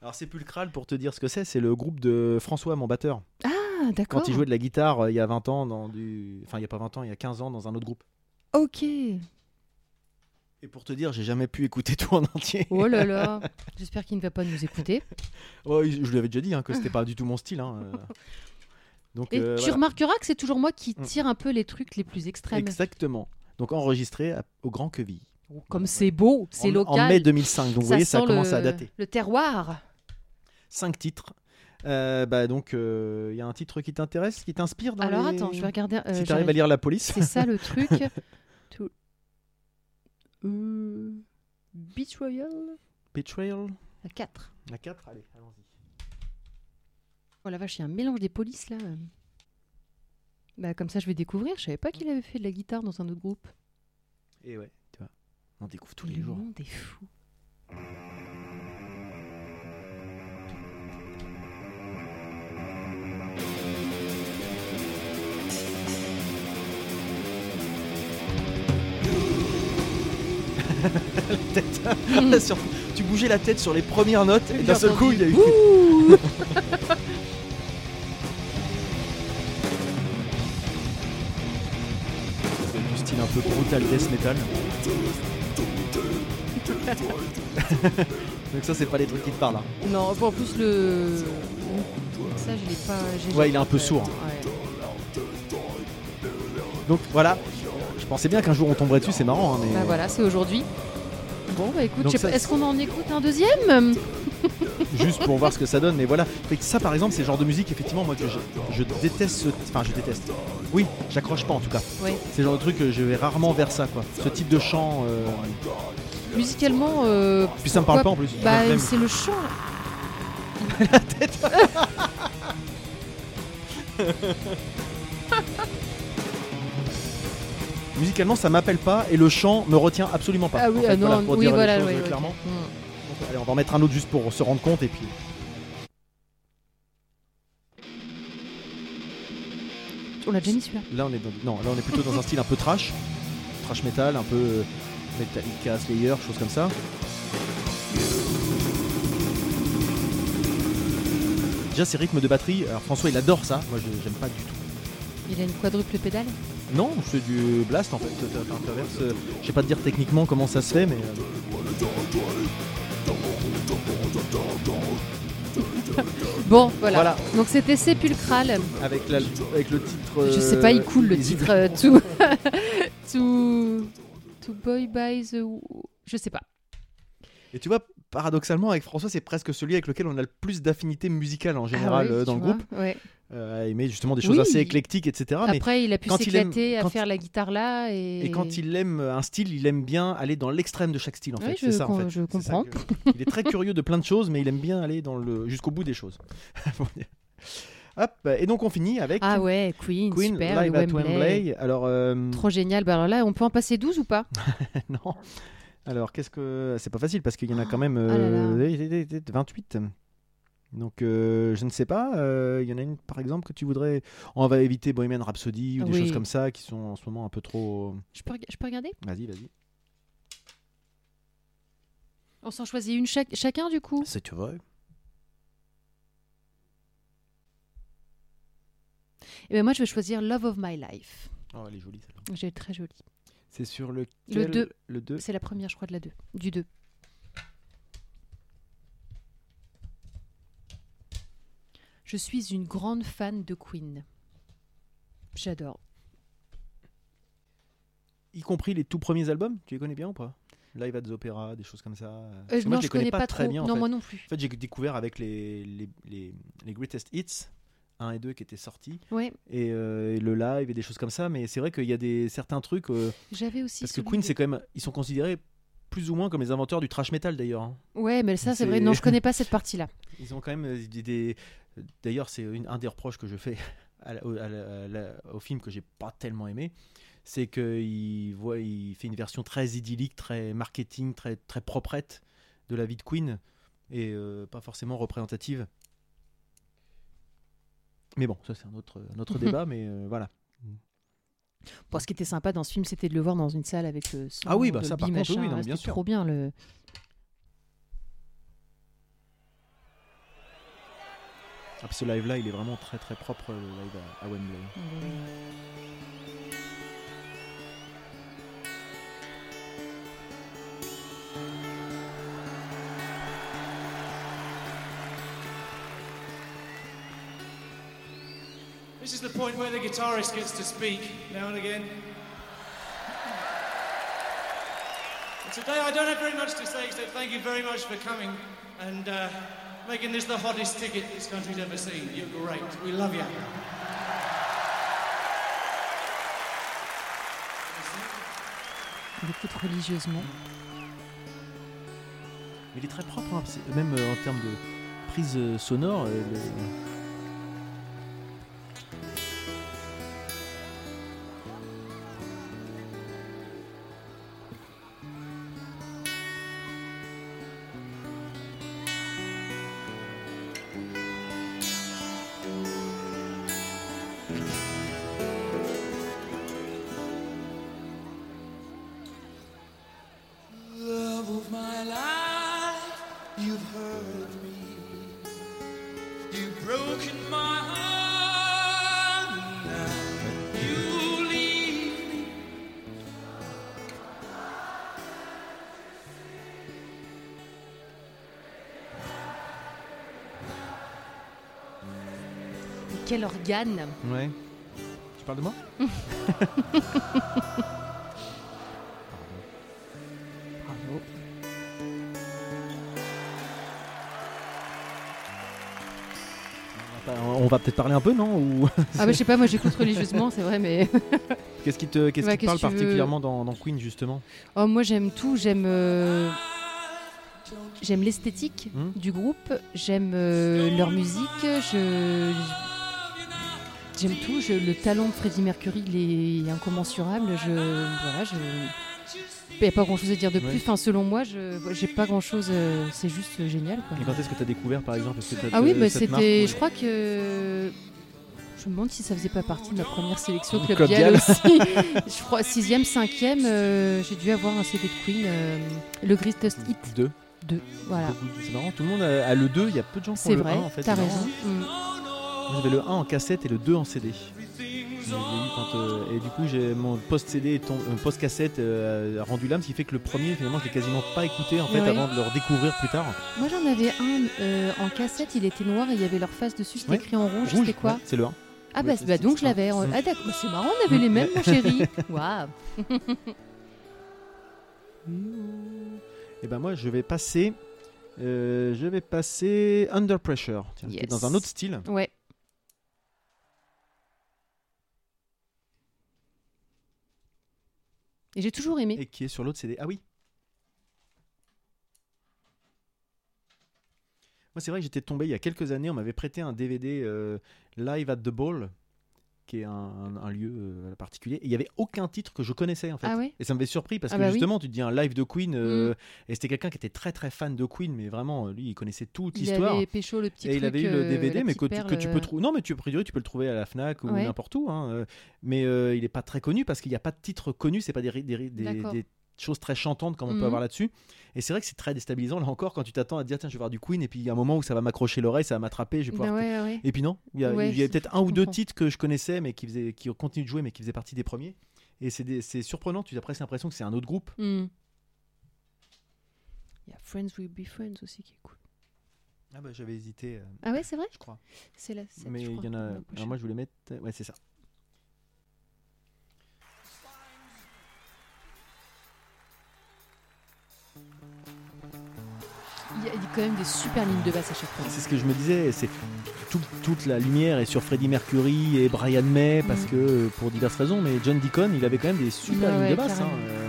[SPEAKER 2] Alors Sépulcral, pour te dire ce que c'est, c'est le groupe de François, mon batteur.
[SPEAKER 1] Ah, d'accord.
[SPEAKER 2] Quand il jouait de la guitare euh, il y a 20 ans, dans du... enfin il y a pas 20 ans, il y a 15 ans dans un autre groupe.
[SPEAKER 1] Ok.
[SPEAKER 2] Et pour te dire, j'ai jamais pu écouter tout en entier.
[SPEAKER 1] Oh là là. [laughs] J'espère qu'il ne va pas nous écouter.
[SPEAKER 2] [laughs] Oh, je je lui avais déjà dit hein, que c'était pas du tout mon style. hein, euh.
[SPEAKER 1] [laughs]
[SPEAKER 2] Donc,
[SPEAKER 1] Et
[SPEAKER 2] euh,
[SPEAKER 1] tu
[SPEAKER 2] voilà.
[SPEAKER 1] remarqueras que c'est toujours moi qui
[SPEAKER 2] Mm.
[SPEAKER 1] tire un peu les trucs les plus extrêmes.
[SPEAKER 2] Exactement. Donc enregistré à- au Grand Queville.
[SPEAKER 1] Oh, Comme c'est beau, c'est
[SPEAKER 2] en,
[SPEAKER 1] local.
[SPEAKER 2] En mai 2005. Donc vous voyez, ça
[SPEAKER 1] sent
[SPEAKER 2] commence
[SPEAKER 1] le...
[SPEAKER 2] à dater.
[SPEAKER 1] Le terroir.
[SPEAKER 2] Cinq titres. Euh, bah donc, il y a un titre qui t'intéresse, qui t'inspire dans
[SPEAKER 1] Alors
[SPEAKER 2] les-
[SPEAKER 1] attends, je vais regarder. euh,
[SPEAKER 2] Si t'arrives à
[SPEAKER 1] j'arrive.
[SPEAKER 2] lire la police.
[SPEAKER 1] C'est ça
[SPEAKER 2] [laughs]
[SPEAKER 1] le truc. Tout- Euh, Beach Royal
[SPEAKER 2] Betrayal.
[SPEAKER 1] 4.
[SPEAKER 2] La 4, allez, allons-y.
[SPEAKER 1] Oh la vache, il y a un mélange des polices là. Bah, comme ça, je vais découvrir. Je savais pas qu'il avait fait de la guitare dans un autre groupe.
[SPEAKER 2] Et Eh ouais, tu vois. On découvre tous
[SPEAKER 1] le
[SPEAKER 2] les [laughs] jours.
[SPEAKER 1] monde est fou.
[SPEAKER 2] [laughs] Sur- Tu bougeais la tête sur les premières notes et d'un
[SPEAKER 1] J'ai
[SPEAKER 2] seul coup,
[SPEAKER 1] entendu.
[SPEAKER 2] il y a eu.
[SPEAKER 1] Ouh
[SPEAKER 2] du style un peu brutal death metal. [laughs] Donc ça c'est pas les trucs qui te parlent. hein.
[SPEAKER 1] Non, bon, en plus le. Ça, je l'ai pas. j'ai-
[SPEAKER 2] Ouais, il est un peu sourd.
[SPEAKER 1] Ouais.
[SPEAKER 2] Donc voilà, je pensais bien qu'un jour on tomberait dessus, c'est marrant. hein, mais...
[SPEAKER 1] Bah voilà, c'est aujourd'hui. Bon, bah écoute,
[SPEAKER 2] Donc
[SPEAKER 1] je sais
[SPEAKER 2] ça,
[SPEAKER 1] pas- est-ce
[SPEAKER 2] c'est-
[SPEAKER 1] qu'on en écoute un deuxième
[SPEAKER 2] [laughs] Juste pour voir ce que ça donne, mais voilà. Fait que ça par exemple c'est le genre de musique effectivement moi que je, je déteste ce... Enfin je déteste. Oui, j'accroche pas en tout cas.
[SPEAKER 1] Ouais.
[SPEAKER 2] C'est le genre de truc que je vais rarement vers ça quoi. Ce type de chant. euh,
[SPEAKER 1] Musicalement. euh,
[SPEAKER 2] Puis ça me parle pas
[SPEAKER 1] pourquoi-
[SPEAKER 2] en plus.
[SPEAKER 1] Bah,
[SPEAKER 2] Même.
[SPEAKER 1] c'est le chant.
[SPEAKER 2] Musicalement ça m'appelle pas et le chant me retient absolument pas.
[SPEAKER 1] Ah oui,
[SPEAKER 2] En fait,
[SPEAKER 1] ah non,
[SPEAKER 2] voilà, pour
[SPEAKER 1] oui,
[SPEAKER 2] dire les
[SPEAKER 1] voilà,
[SPEAKER 2] choses,
[SPEAKER 1] oui,
[SPEAKER 2] euh,
[SPEAKER 1] ok.
[SPEAKER 2] clairement.
[SPEAKER 1] Mm.
[SPEAKER 2] Donc, allez, on va en mettre un autre juste pour se rendre compte et puis.
[SPEAKER 1] On l'a déjà mis celui-là.
[SPEAKER 2] Là on est dans- non, là on est plutôt dans un style un peu trash, trash metal, un peu euh, Metallica, Slayer, choses comme ça. Déjà, ces rythmes de batterie, alors François, il adore ça. Moi, je j'aime pas du tout.
[SPEAKER 1] Il a une quadruple pédale
[SPEAKER 2] Non, c'est du blast en fait. T'as- t'as- t'inverses, euh, Je sais pas te dire techniquement comment ça se fait, mais. euh,
[SPEAKER 1] Bon, voilà.
[SPEAKER 2] Voilà.
[SPEAKER 1] Donc c'était Sépulcral.
[SPEAKER 2] avec, la- avec le titre.
[SPEAKER 1] Je
[SPEAKER 2] euh,
[SPEAKER 1] sais pas, il coule le
[SPEAKER 2] les
[SPEAKER 1] titre.
[SPEAKER 2] Ibis.
[SPEAKER 1] euh, [laughs] to... to... to Boy by the. Je sais pas. euh,
[SPEAKER 2] Et tu vois, paradoxalement, avec François, c'est presque celui avec lequel on a le plus d'affinité musicale en général
[SPEAKER 1] Ah oui,
[SPEAKER 2] euh, dans
[SPEAKER 1] tu
[SPEAKER 2] le
[SPEAKER 1] vois,
[SPEAKER 2] groupe.
[SPEAKER 1] ouais.
[SPEAKER 2] Euh, à aimer justement des choses
[SPEAKER 1] Oui.
[SPEAKER 2] assez éclectiques, etc. Ah, mais-
[SPEAKER 1] Après, il a pu
[SPEAKER 2] quand il aime-
[SPEAKER 1] s'éclater à
[SPEAKER 2] quand-
[SPEAKER 1] faire la guitare là. Et,
[SPEAKER 2] Et quand il aime un style, il aime bien aller dans l'extrême de chaque style, en
[SPEAKER 1] Oui,
[SPEAKER 2] fait.
[SPEAKER 1] je
[SPEAKER 2] C'est ça, en
[SPEAKER 1] com-
[SPEAKER 2] fait.
[SPEAKER 1] je
[SPEAKER 2] C'est ça
[SPEAKER 1] comprends.
[SPEAKER 2] que- Il est très curieux de plein de choses, mais il aime bien aller dans le jusqu'au bout des choses. [laughs] Pour dire. Hop. Et donc on finit avec
[SPEAKER 1] Ah ouais, Queen,
[SPEAKER 2] Queen
[SPEAKER 1] super,
[SPEAKER 2] live
[SPEAKER 1] le
[SPEAKER 2] at
[SPEAKER 1] Wembley.
[SPEAKER 2] Wembley. Alors euh,
[SPEAKER 1] Trop génial. Bah alors là, on peut en passer 12 ou pas
[SPEAKER 2] [laughs] non. Alors qu'est-ce que c'est pas facile parce qu'il y en a quand même
[SPEAKER 1] Ah, oh là là.
[SPEAKER 2] euh, 28. Donc euh, je ne sais pas. euh, Il y en a une par exemple que tu voudrais. On va éviter Bohemian Rhapsody ou des
[SPEAKER 1] Oui.
[SPEAKER 2] choses comme ça qui sont en ce moment un peu trop.
[SPEAKER 1] je peux, reg- je peux regarder
[SPEAKER 2] Vas-y, vas-y.
[SPEAKER 1] On s'en choisit une chaque- chacun du coup
[SPEAKER 2] Si tu veux.
[SPEAKER 1] Et ben moi, je vais choisir Love of My Life.
[SPEAKER 2] Oh, elle est jolie celle-là.
[SPEAKER 1] J'ai très joli.
[SPEAKER 2] C'est sur lequel
[SPEAKER 1] Le deux.
[SPEAKER 2] Le 2.
[SPEAKER 1] C'est la première, je crois, de la 2. Du 2. Je suis une grande fan de Queen. J'adore.
[SPEAKER 2] Y compris les tout premiers albums, tu les connais bien ou pas Live at the Opera, des choses comme ça.
[SPEAKER 1] Euh,
[SPEAKER 2] Parce que
[SPEAKER 1] non,
[SPEAKER 2] moi, je
[SPEAKER 1] je
[SPEAKER 2] les connais, pas, très
[SPEAKER 1] trop.
[SPEAKER 2] bien. En
[SPEAKER 1] non,
[SPEAKER 2] fait,
[SPEAKER 1] moi non plus.
[SPEAKER 2] En fait, j'ai découvert avec les, les, les, les Greatest Hits 1 et 2 qui étaient sortis,
[SPEAKER 1] Ouais,
[SPEAKER 2] et, euh, et le live et des choses comme ça. Mais c'est vrai qu'il y a des, certains trucs. euh,
[SPEAKER 1] j'avais aussi.
[SPEAKER 2] parce que
[SPEAKER 1] celui
[SPEAKER 2] Queen,
[SPEAKER 1] de-
[SPEAKER 2] c'est quand même. Ils sont considérés plus ou moins comme les inventeurs du thrash metal d'ailleurs. hein.
[SPEAKER 1] Ouais, mais ça, c'est vrai.
[SPEAKER 2] c'est- [laughs]
[SPEAKER 1] Non, je connais pas cette partie-là.
[SPEAKER 2] Ils ont quand même euh, des. des- D'ailleurs, c'est une- un des reproches que je fais [laughs] à la- au, à la- à la- au film que j'ai pas tellement aimé, c'est qu'il voit, il fait une version très idyllique, très marketing, très très proprette de la vie de Queen et euh, pas forcément représentative. Mais bon, ça c'est un autre un autre débat, mais euh, voilà.
[SPEAKER 1] Bon, ce qui était sympa dans ce film, c'était de le voir dans une salle avec le son.
[SPEAKER 2] Ah oui, bah
[SPEAKER 1] le
[SPEAKER 2] ça, par
[SPEAKER 1] bi-
[SPEAKER 2] contre, oui,
[SPEAKER 1] machin,
[SPEAKER 2] non,
[SPEAKER 1] ouais,
[SPEAKER 2] bien
[SPEAKER 1] c'était
[SPEAKER 2] sûr.
[SPEAKER 1] trop bien. Le...
[SPEAKER 2] Ah, puis ce live là, il est vraiment très très propre le live à- à Wembley.
[SPEAKER 3] This is the point where the guitarist gets to speak now and again. And today I don't have very much to say except thank you very much for coming and uh, making this the hottest ticket this country's ever seen. You're great. We love you.
[SPEAKER 1] On écoute religieusement.
[SPEAKER 2] Mais il est très propre, hein, c'est- même euh, en termes de prise euh, sonore. euh, le-
[SPEAKER 4] Love of my life, you've hurt me. You've broken my heart. and Now you leave me.
[SPEAKER 1] Et quel organe
[SPEAKER 2] Ouais. Tu parles
[SPEAKER 1] [laughs]
[SPEAKER 2] de moi
[SPEAKER 1] Bravo.
[SPEAKER 2] Bah, On va peut-être parler un peu, non Ou... [laughs]
[SPEAKER 1] Ah bah je sais pas, moi j'écoute religieusement, c'est vrai, mais
[SPEAKER 2] Qu'est-ce qui te, qu'est-ce
[SPEAKER 1] Bah,
[SPEAKER 2] qui te
[SPEAKER 1] qu'est-ce que
[SPEAKER 2] parle
[SPEAKER 1] tu veux
[SPEAKER 2] particulièrement dans, dans Queen, justement
[SPEAKER 1] oh moi j'aime tout, j'aime euh, j'aime l'esthétique
[SPEAKER 2] Hmm.
[SPEAKER 1] du groupe, j'aime euh, leur musique, je je- j'aime tout, je- le talent de Freddie Mercury il est incommensurable, je voilà, je il n'y a pas grand chose à dire de plus,
[SPEAKER 2] Ouais.
[SPEAKER 1] enfin selon moi, je j'ai pas grand chose, c'est juste euh, génial quoi.
[SPEAKER 2] Et quand est-ce que tu as découvert, par exemple est-ce que t'as-
[SPEAKER 1] Ah oui,
[SPEAKER 2] te-
[SPEAKER 1] bah,
[SPEAKER 2] ça te euh, marque,
[SPEAKER 1] c'était.
[SPEAKER 2] ou-
[SPEAKER 1] Je crois que. Je me demande si ça faisait pas partie de ma première sélection Club,
[SPEAKER 2] Club
[SPEAKER 1] Dial
[SPEAKER 2] Dial.
[SPEAKER 1] aussi. [laughs] je crois 6 cinquième, 5 j'ai dû avoir un CD de Queen, euh, le Greatest Hit
[SPEAKER 2] Deux.
[SPEAKER 1] 2. Voilà.
[SPEAKER 2] C'est marrant, tout le monde a, a le 2, il y a peu de gens qui ont
[SPEAKER 1] C'est
[SPEAKER 2] Mm. le
[SPEAKER 1] vrai,
[SPEAKER 2] 1 en fait.
[SPEAKER 1] t'as
[SPEAKER 2] Moi,
[SPEAKER 1] raison. Mm.
[SPEAKER 2] J'avais le 1 en cassette et le 2 en CD. Je l'ai eu quand, euh, et du coup, j'ai mon post-CD, et ton- euh, post-cassette euh, a rendu l'âme, ce qui fait que le premier, finalement, je l'ai quasiment pas écouté en fait
[SPEAKER 1] Ouais.
[SPEAKER 2] avant de le redécouvrir plus tard.
[SPEAKER 1] Moi j'en avais un euh, en cassette, il était noir et il y avait leur face dessus, c'était
[SPEAKER 2] Ouais.
[SPEAKER 1] écrit en rouge,
[SPEAKER 2] Rouge,
[SPEAKER 1] c'était quoi
[SPEAKER 2] ouais, C'est le 1.
[SPEAKER 1] Ah
[SPEAKER 2] Ouais,
[SPEAKER 1] bah,
[SPEAKER 2] c'est-
[SPEAKER 1] bah
[SPEAKER 2] c'est-
[SPEAKER 1] donc
[SPEAKER 2] c'est
[SPEAKER 1] je l'avais.
[SPEAKER 2] ça.
[SPEAKER 1] en-
[SPEAKER 2] Mm.
[SPEAKER 1] Ah d'accord, bah, c'est marrant, on avait les mêmes
[SPEAKER 2] [laughs]
[SPEAKER 1] mon chéri. Waouh. Mmh.
[SPEAKER 2] Et ben moi, je vais passer. euh, je vais passer Under Pressure, tiens, qui est
[SPEAKER 1] Yes.
[SPEAKER 2] dans un autre style.
[SPEAKER 1] Ouais. Et j'ai toujours aimé.
[SPEAKER 2] Et qui est sur l'autre CD. Ah oui Moi, c'est vrai que j'étais tombé il y a quelques années, on m'avait prêté un DVD euh, Live at the Ball, qui est un, un- un lieu euh, particulier. Et il n'y avait aucun titre que je connaissais, en fait.
[SPEAKER 1] Ah ouais
[SPEAKER 2] et ça m'avait surpris, parce
[SPEAKER 1] Ah
[SPEAKER 2] que
[SPEAKER 1] bah oui. Mm.
[SPEAKER 2] justement, tu te dis un live de Queen, euh, et c'était quelqu'un qui était très très fan de Queen, mais vraiment, euh, lui, il connaissait toute
[SPEAKER 1] Il
[SPEAKER 2] l'histoire.
[SPEAKER 1] avait pécho le petit
[SPEAKER 2] Et il
[SPEAKER 1] truc,
[SPEAKER 2] avait eu le
[SPEAKER 1] euh,
[SPEAKER 2] DVD,
[SPEAKER 1] la
[SPEAKER 2] mais que tu,
[SPEAKER 1] petite
[SPEAKER 2] que tu
[SPEAKER 1] perle,
[SPEAKER 2] peux
[SPEAKER 1] euh,
[SPEAKER 2] trouver. Non, mais tu, a priori, tu peux le trouver à la Fnac ou
[SPEAKER 1] Ouais.
[SPEAKER 2] n'importe où. hein, euh, Mais euh, il n'est pas très connu parce qu'il n'y a pas de titre connu. C'est pas des, ri- des ri- des-
[SPEAKER 1] D'accord.
[SPEAKER 2] des choses très chantantes comme on
[SPEAKER 1] Mhm.
[SPEAKER 2] peut avoir là-dessus. Et c'est vrai que c'est très déstabilisant là encore quand tu t'attends à te dire tiens, je vais voir du Queen et puis il y a un moment où ça va m'accrocher l'oreille, ça va m'attraper, je vais pouvoir.
[SPEAKER 1] bah ouais, ouais, ouais.
[SPEAKER 2] Et puis non, il y a,
[SPEAKER 1] Ouais,
[SPEAKER 2] il y a
[SPEAKER 1] je-
[SPEAKER 2] peut-être
[SPEAKER 1] je
[SPEAKER 2] un ou deux
[SPEAKER 1] comprends.
[SPEAKER 2] titres que je connaissais mais qui faisaient, qui continuent de jouer mais qui faisaient partie des premiers. Et c'est des- c'est surprenant. Tu as presque l'impression que c'est un autre groupe.
[SPEAKER 1] Mm. Il y a Friends Will Be Friends aussi qui est cool.
[SPEAKER 2] Ah bah j'avais hésité, euh,
[SPEAKER 1] Ah ouais, c'est vrai
[SPEAKER 2] je crois.
[SPEAKER 1] C'est la sept,
[SPEAKER 2] mais
[SPEAKER 1] je
[SPEAKER 2] il y
[SPEAKER 1] crois,
[SPEAKER 2] en a.
[SPEAKER 1] la
[SPEAKER 2] alors
[SPEAKER 1] prochaine.
[SPEAKER 2] moi je voulais mettre. Ouais, c'est ça.
[SPEAKER 1] Il y a il y a quand même des super lignes de basse à chaque fois.
[SPEAKER 2] C'est ce que je me disais, c'est tout- toute la lumière est sur Freddie Mercury et Brian May parce
[SPEAKER 1] Mhm.
[SPEAKER 2] que euh, pour diverses raisons, mais John Deacon il avait quand même des super
[SPEAKER 1] Ouais,
[SPEAKER 2] lignes de
[SPEAKER 1] ouais,
[SPEAKER 2] basse. hein,
[SPEAKER 1] carrément.
[SPEAKER 2] euh.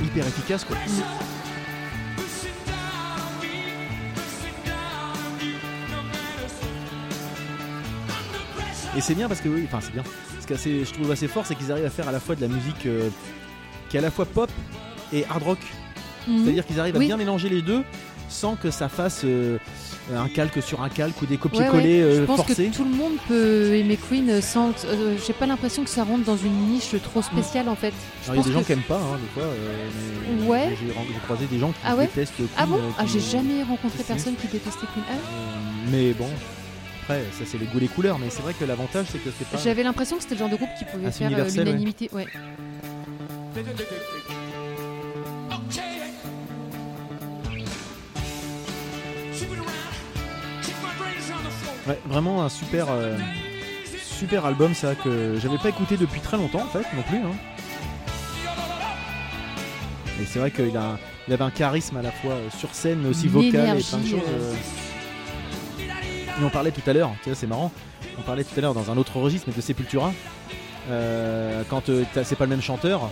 [SPEAKER 2] Hyper efficace quoi. Et c'est bien parce que oui, enfin c'est bien. Ce que je trouve assez fort, c'est qu'ils arrivent à faire à la fois de la musique euh, qui est à la fois pop et hard rock.
[SPEAKER 1] Mhm.
[SPEAKER 2] C'est-à-dire qu'ils arrivent à
[SPEAKER 1] Oui.
[SPEAKER 2] bien mélanger les deux sans que ça fasse euh, un calque sur un calque ou des
[SPEAKER 1] Ouais, ouais.
[SPEAKER 2] copier-coller euh,
[SPEAKER 1] Je pense
[SPEAKER 2] forcés.
[SPEAKER 1] que tout le monde peut aimer Queen sans. euh, J'ai pas l'impression que ça rentre dans une niche trop spéciale en fait. Je
[SPEAKER 2] Alors, il y a
[SPEAKER 1] pense
[SPEAKER 2] des gens
[SPEAKER 1] que-
[SPEAKER 2] qui aiment pas, hein, des fois. euh, mais
[SPEAKER 1] Ouais.
[SPEAKER 2] J'ai j'ai croisé des gens qui
[SPEAKER 1] Ah ouais
[SPEAKER 2] détestent Queen.
[SPEAKER 1] Ah bon
[SPEAKER 2] euh,
[SPEAKER 1] Ah,
[SPEAKER 2] qui-
[SPEAKER 1] j'ai jamais rencontré
[SPEAKER 2] si, si.
[SPEAKER 1] personne qui détestait Queen. Ah,
[SPEAKER 2] euh, mais bon, après, ça c'est les goûts, les couleurs. Mais c'est vrai que l'avantage, c'est que c'est pas.
[SPEAKER 1] J'avais l'impression que c'était le genre de groupe qui pouvait
[SPEAKER 2] Ah, c'est
[SPEAKER 1] faire euh,
[SPEAKER 2] universel, ouais.
[SPEAKER 1] l'unanimité. Ouais.
[SPEAKER 2] Ouais, vraiment un super, euh, super album, ça que j'avais pas écouté depuis très longtemps en fait, non plus. hein. Et c'est vrai qu'il a, il avait un charisme à la fois euh, sur scène, mais aussi
[SPEAKER 1] Une
[SPEAKER 2] vocal et
[SPEAKER 1] énergie,
[SPEAKER 2] plein de choses.
[SPEAKER 1] euh.
[SPEAKER 2] euh. Et on parlait tout à l'heure, tu vois, c'est marrant. On parlait tout à l'heure dans un autre registre, mais de Sepultura. Euh, quand euh, t'as- c'est pas le même chanteur.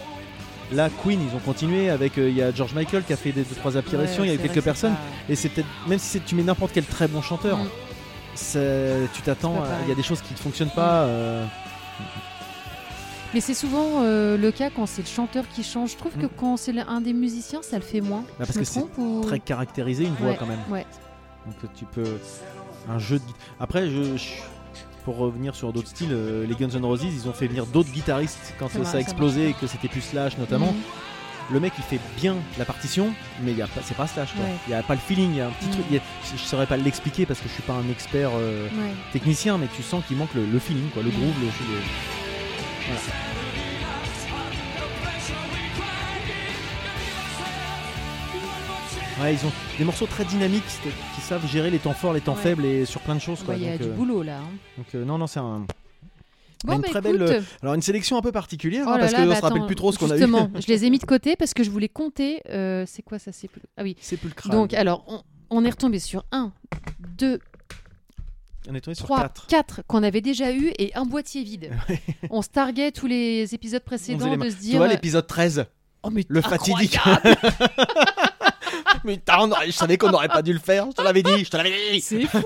[SPEAKER 2] Là, Queen, ils ont continué avec. euh, Il y a George Michael qui a fait des deux, trois apparitions. Il y a eu quelques personnes. Et c'est peut-être, même si c'est- tu mets n'importe quel très bon chanteur,
[SPEAKER 1] Mm.
[SPEAKER 2] c'est- tu
[SPEAKER 1] C'est
[SPEAKER 2] t'attends,
[SPEAKER 1] pas
[SPEAKER 2] à-
[SPEAKER 1] pareil.
[SPEAKER 2] il y a des choses qui ne fonctionnent pas. euh,
[SPEAKER 1] Mais c'est souvent euh, le cas quand c'est le chanteur qui change. Je trouve que
[SPEAKER 2] Mm.
[SPEAKER 1] quand c'est l'un- un des musiciens, ça le fait moins.
[SPEAKER 2] Bah, parce
[SPEAKER 1] Je me
[SPEAKER 2] que c'est
[SPEAKER 1] trompe ou-
[SPEAKER 2] Très caractérisé une voix
[SPEAKER 1] Mm. Ouais,
[SPEAKER 2] quand même.
[SPEAKER 1] Ouais.
[SPEAKER 2] Donc euh, tu peux. Un jeu de guit- Après, je, je- pour revenir sur d'autres styles, euh, les Guns N' Roses, ils ont fait venir d'autres guitaristes quand
[SPEAKER 1] Ça
[SPEAKER 2] euh,
[SPEAKER 1] marche,
[SPEAKER 2] ça a
[SPEAKER 1] ça
[SPEAKER 2] explosé et que c'était plus Slash notamment.
[SPEAKER 1] Mm.
[SPEAKER 2] Le mec il fait bien la partition, mais il y a pas, c'est pas Slash. quoi.
[SPEAKER 1] Ouais.
[SPEAKER 2] Il n'y a pas le feeling, il y a un petit
[SPEAKER 1] Mm.
[SPEAKER 2] truc. il y a- je, je saurais pas l'expliquer parce que je suis pas un expert. euh,
[SPEAKER 1] Ouais.
[SPEAKER 2] technicien, mais tu sens qu'il manque le, le feeling, quoi, le groove, le, le- voilà. Ouais, ils ont des morceaux très dynamiques c'est- qui savent gérer les temps forts, les temps
[SPEAKER 1] Ouais.
[SPEAKER 2] faibles et sur plein de choses.
[SPEAKER 1] Ah
[SPEAKER 2] Quoi.
[SPEAKER 1] bah, Il y a
[SPEAKER 2] donc,
[SPEAKER 1] du
[SPEAKER 2] euh,
[SPEAKER 1] boulot là. hein.
[SPEAKER 2] donc, euh, non, non, c'est un.
[SPEAKER 1] Bon,
[SPEAKER 2] une
[SPEAKER 1] bah,
[SPEAKER 2] très belle,
[SPEAKER 1] écoute,
[SPEAKER 2] euh, Alors une sélection un peu particulière
[SPEAKER 1] Oh
[SPEAKER 2] hein,
[SPEAKER 1] là
[SPEAKER 2] parce
[SPEAKER 1] là,
[SPEAKER 2] qu'on
[SPEAKER 1] bah
[SPEAKER 2] se rappelle
[SPEAKER 1] attends,
[SPEAKER 2] plus trop ce qu'on a eu.
[SPEAKER 1] Justement, je les ai mis de côté parce que je voulais compter. euh, c'est quoi ça C'est plus. Ah oui.
[SPEAKER 2] [laughs] C'est plus le crâne.
[SPEAKER 1] Donc, alors, on, on est retombé sur 1, 2,
[SPEAKER 2] on est tombé sur
[SPEAKER 1] 3,
[SPEAKER 2] 4.
[SPEAKER 1] 4 qu'on avait déjà eu et un boîtier
[SPEAKER 2] [laughs]
[SPEAKER 1] vide. on se targuait tous les épisodes précédents
[SPEAKER 2] faisait
[SPEAKER 1] de se
[SPEAKER 2] Tu vois
[SPEAKER 1] dire.
[SPEAKER 2] l'épisode 13,
[SPEAKER 1] oh, mais
[SPEAKER 2] le
[SPEAKER 1] incroyable
[SPEAKER 2] fatidique. [laughs] mais je savais qu'on n'aurait pas dû le faire, je te l'avais dit, je te l'avais dit.
[SPEAKER 1] C'est [laughs] fou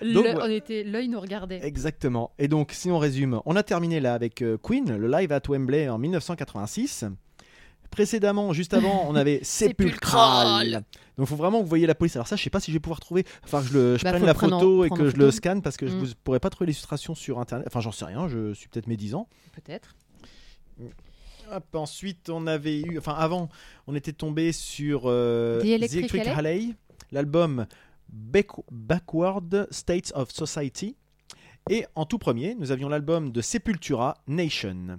[SPEAKER 1] Le-
[SPEAKER 2] Donc, ouais.
[SPEAKER 1] on était, L'œil nous regardait.
[SPEAKER 2] Exactement. Et donc, si on résume, on a terminé là avec euh, Queen, le live at Wembley en 1986. Précédemment, juste avant, on
[SPEAKER 1] [laughs]
[SPEAKER 2] avait Sépulcral. Donc, faut vraiment que vous voyez la police. Alors, ça, je sais pas si je vais pouvoir trouver. Enfin, je, le, je
[SPEAKER 1] Bah,
[SPEAKER 2] prenne
[SPEAKER 1] faut
[SPEAKER 2] la
[SPEAKER 1] le prendre en-
[SPEAKER 2] photo et
[SPEAKER 1] prendre en
[SPEAKER 2] que je
[SPEAKER 1] photo.
[SPEAKER 2] le scanne parce que je
[SPEAKER 1] Mm.
[SPEAKER 2] vous pourrais pas trouver l'illustration sur internet. Enfin, j'en sais rien, je suis peut-être médisant.
[SPEAKER 1] peut-être.
[SPEAKER 2] Hop, ensuite, on avait eu, enfin avant, on était tombé sur euh,
[SPEAKER 1] The Electric
[SPEAKER 2] Alley, l'album Back- Backward States of Society. Et en tout premier, nous avions l'album de Sepultura, Nation.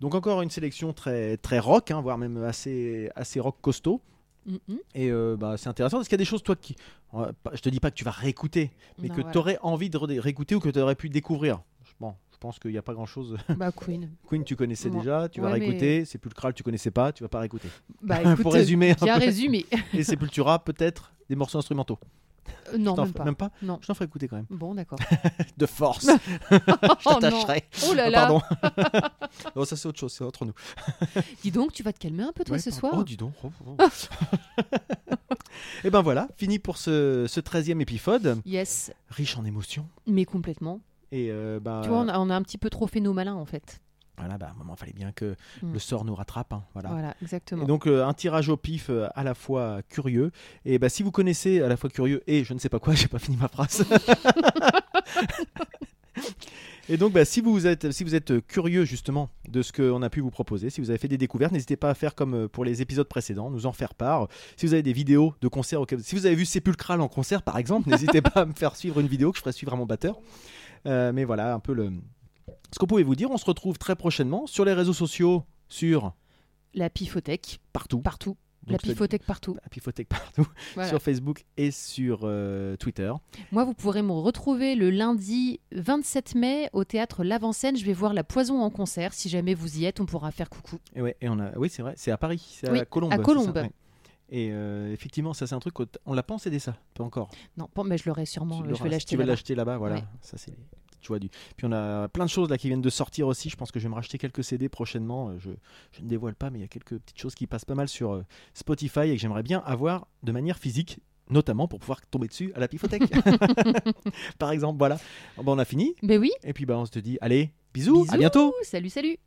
[SPEAKER 2] Donc encore une sélection très, très rock, hein, voire même assez, assez rock costaud.
[SPEAKER 1] Mhm.
[SPEAKER 2] Et euh, bah, c'est intéressant. Est-ce qu'il y a des choses, toi, qui... euh, pas- Je te dis pas que tu vas réécouter, mais
[SPEAKER 1] Non,
[SPEAKER 2] que
[SPEAKER 1] Ben voilà.
[SPEAKER 2] tu aurais envie de redé- réécouter ou que tu aurais pu découvrir Je- bon, je pense qu'il n'y a pas grand-chose.
[SPEAKER 1] Bah, Queen.
[SPEAKER 2] [laughs] Queen, tu connaissais
[SPEAKER 1] Moi.
[SPEAKER 2] déjà, tu vas
[SPEAKER 1] Ouais, mais-
[SPEAKER 2] réécouter. Sepulcral, tu connaissais pas, tu vas pas réécouter.
[SPEAKER 1] Bah,
[SPEAKER 2] [laughs] Pour
[SPEAKER 1] écoute,
[SPEAKER 2] résumer, un
[SPEAKER 1] bien
[SPEAKER 2] peu. [laughs]
[SPEAKER 1] résumé.
[SPEAKER 2] et Sepultura, peut-être des morceaux instrumentaux.
[SPEAKER 1] Euh, non,
[SPEAKER 2] Je t'en
[SPEAKER 1] même
[SPEAKER 2] ferai-
[SPEAKER 1] pas.
[SPEAKER 2] même pas.
[SPEAKER 1] Non.
[SPEAKER 2] Je t'en ferai écouter
[SPEAKER 1] [laughs]
[SPEAKER 2] quand même.
[SPEAKER 1] Bon,
[SPEAKER 2] [laughs]
[SPEAKER 1] d'accord.
[SPEAKER 2] De force. je
[SPEAKER 1] Oh, non.
[SPEAKER 2] t'attacherai.
[SPEAKER 1] Oh là
[SPEAKER 2] Ah,
[SPEAKER 1] là.
[SPEAKER 2] pardon.
[SPEAKER 1] [laughs]
[SPEAKER 2] non, ça c'est autre chose, c'est entre nous.
[SPEAKER 1] Dis donc, tu vas te calmer un peu, toi,
[SPEAKER 2] Ouais,
[SPEAKER 1] ce
[SPEAKER 2] pardon.
[SPEAKER 1] soir
[SPEAKER 2] Oh, dis donc. Oh, oh, oh. [laughs] et ben voilà, fini pour ce, ce 13e épisode,
[SPEAKER 1] Yes,
[SPEAKER 2] riche en émotions.
[SPEAKER 1] mais complètement.
[SPEAKER 2] Et euh, bah,
[SPEAKER 1] Tu vois, on a, on a un petit peu trop fait nos malins, en fait.
[SPEAKER 2] voilà, bah, à un moment, fallait bien que
[SPEAKER 1] Mm.
[SPEAKER 2] le sort nous rattrape. hein, voilà.
[SPEAKER 1] Voilà,
[SPEAKER 2] Et
[SPEAKER 1] exactement.
[SPEAKER 2] donc euh, un tirage au pif euh, à la fois curieux. Et bah, si vous connaissez à la fois curieux et je ne sais pas quoi, [laughs] j'ai pas fini ma phrase. et donc bah, si vous êtes si vous êtes curieux justement de ce qu'on a pu vous proposer, si vous avez fait des découvertes, n'hésitez pas à faire comme euh, pour les épisodes précédents, nous en faire part. Si vous avez des vidéos de concerts, auxquelles- si vous avez vu Sépulcral en concert par exemple, n'hésitez pas à me faire suivre une vidéo que je ferai suivre à mon batteur. Euh, mais voilà un peu le ce qu'on pouvait vous dire. On se retrouve très prochainement sur les réseaux sociaux, sur
[SPEAKER 1] La pifothèque,
[SPEAKER 2] partout.
[SPEAKER 1] partout. la
[SPEAKER 2] Donc, c'est-
[SPEAKER 1] pifothèque partout.
[SPEAKER 2] à Pifothèque partout,
[SPEAKER 1] Voilà.
[SPEAKER 2] sur Facebook et sur euh, Twitter.
[SPEAKER 1] Moi, vous pourrez me retrouver le lundi 27 mai au théâtre L'Avant-Scène. Je vais voir La Poison en concert. Si jamais vous y êtes, on pourra faire coucou.
[SPEAKER 2] Et ouais, et on a, oui, c'est vrai, c'est à Paris, c'est
[SPEAKER 1] Oui,
[SPEAKER 2] à Colombes.
[SPEAKER 1] à
[SPEAKER 2] c'est ça,
[SPEAKER 1] Colombes.
[SPEAKER 2] ouais. Et euh, effectivement, ça c'est un truc qu'on on l'a pas cédé ça, pas encore.
[SPEAKER 1] Non, bon, mais je l'aurai sûrement.
[SPEAKER 2] Tu
[SPEAKER 1] euh, je
[SPEAKER 2] l'auras-
[SPEAKER 1] vais
[SPEAKER 2] tu
[SPEAKER 1] l'acheter.
[SPEAKER 2] vas
[SPEAKER 1] là-bas.
[SPEAKER 2] l'acheter là-bas, voilà.
[SPEAKER 1] Ouais.
[SPEAKER 2] Ça c'est tu vois du. Puis on a plein de choses là qui viennent de sortir aussi. Je pense que je vais me racheter quelques CD prochainement. Euh, Je, je ne dévoile pas, mais il y a quelques petites choses qui passent pas mal sur euh, Spotify et que j'aimerais bien avoir de manière physique, notamment pour pouvoir tomber dessus à
[SPEAKER 1] [laughs]
[SPEAKER 2] la pifothèque, par exemple. Voilà. Bon, on a fini.
[SPEAKER 1] Ben oui.
[SPEAKER 2] Et puis bah on se dit, allez, bisous, à
[SPEAKER 1] Bisous.
[SPEAKER 2] bientôt.
[SPEAKER 1] Salut, salut.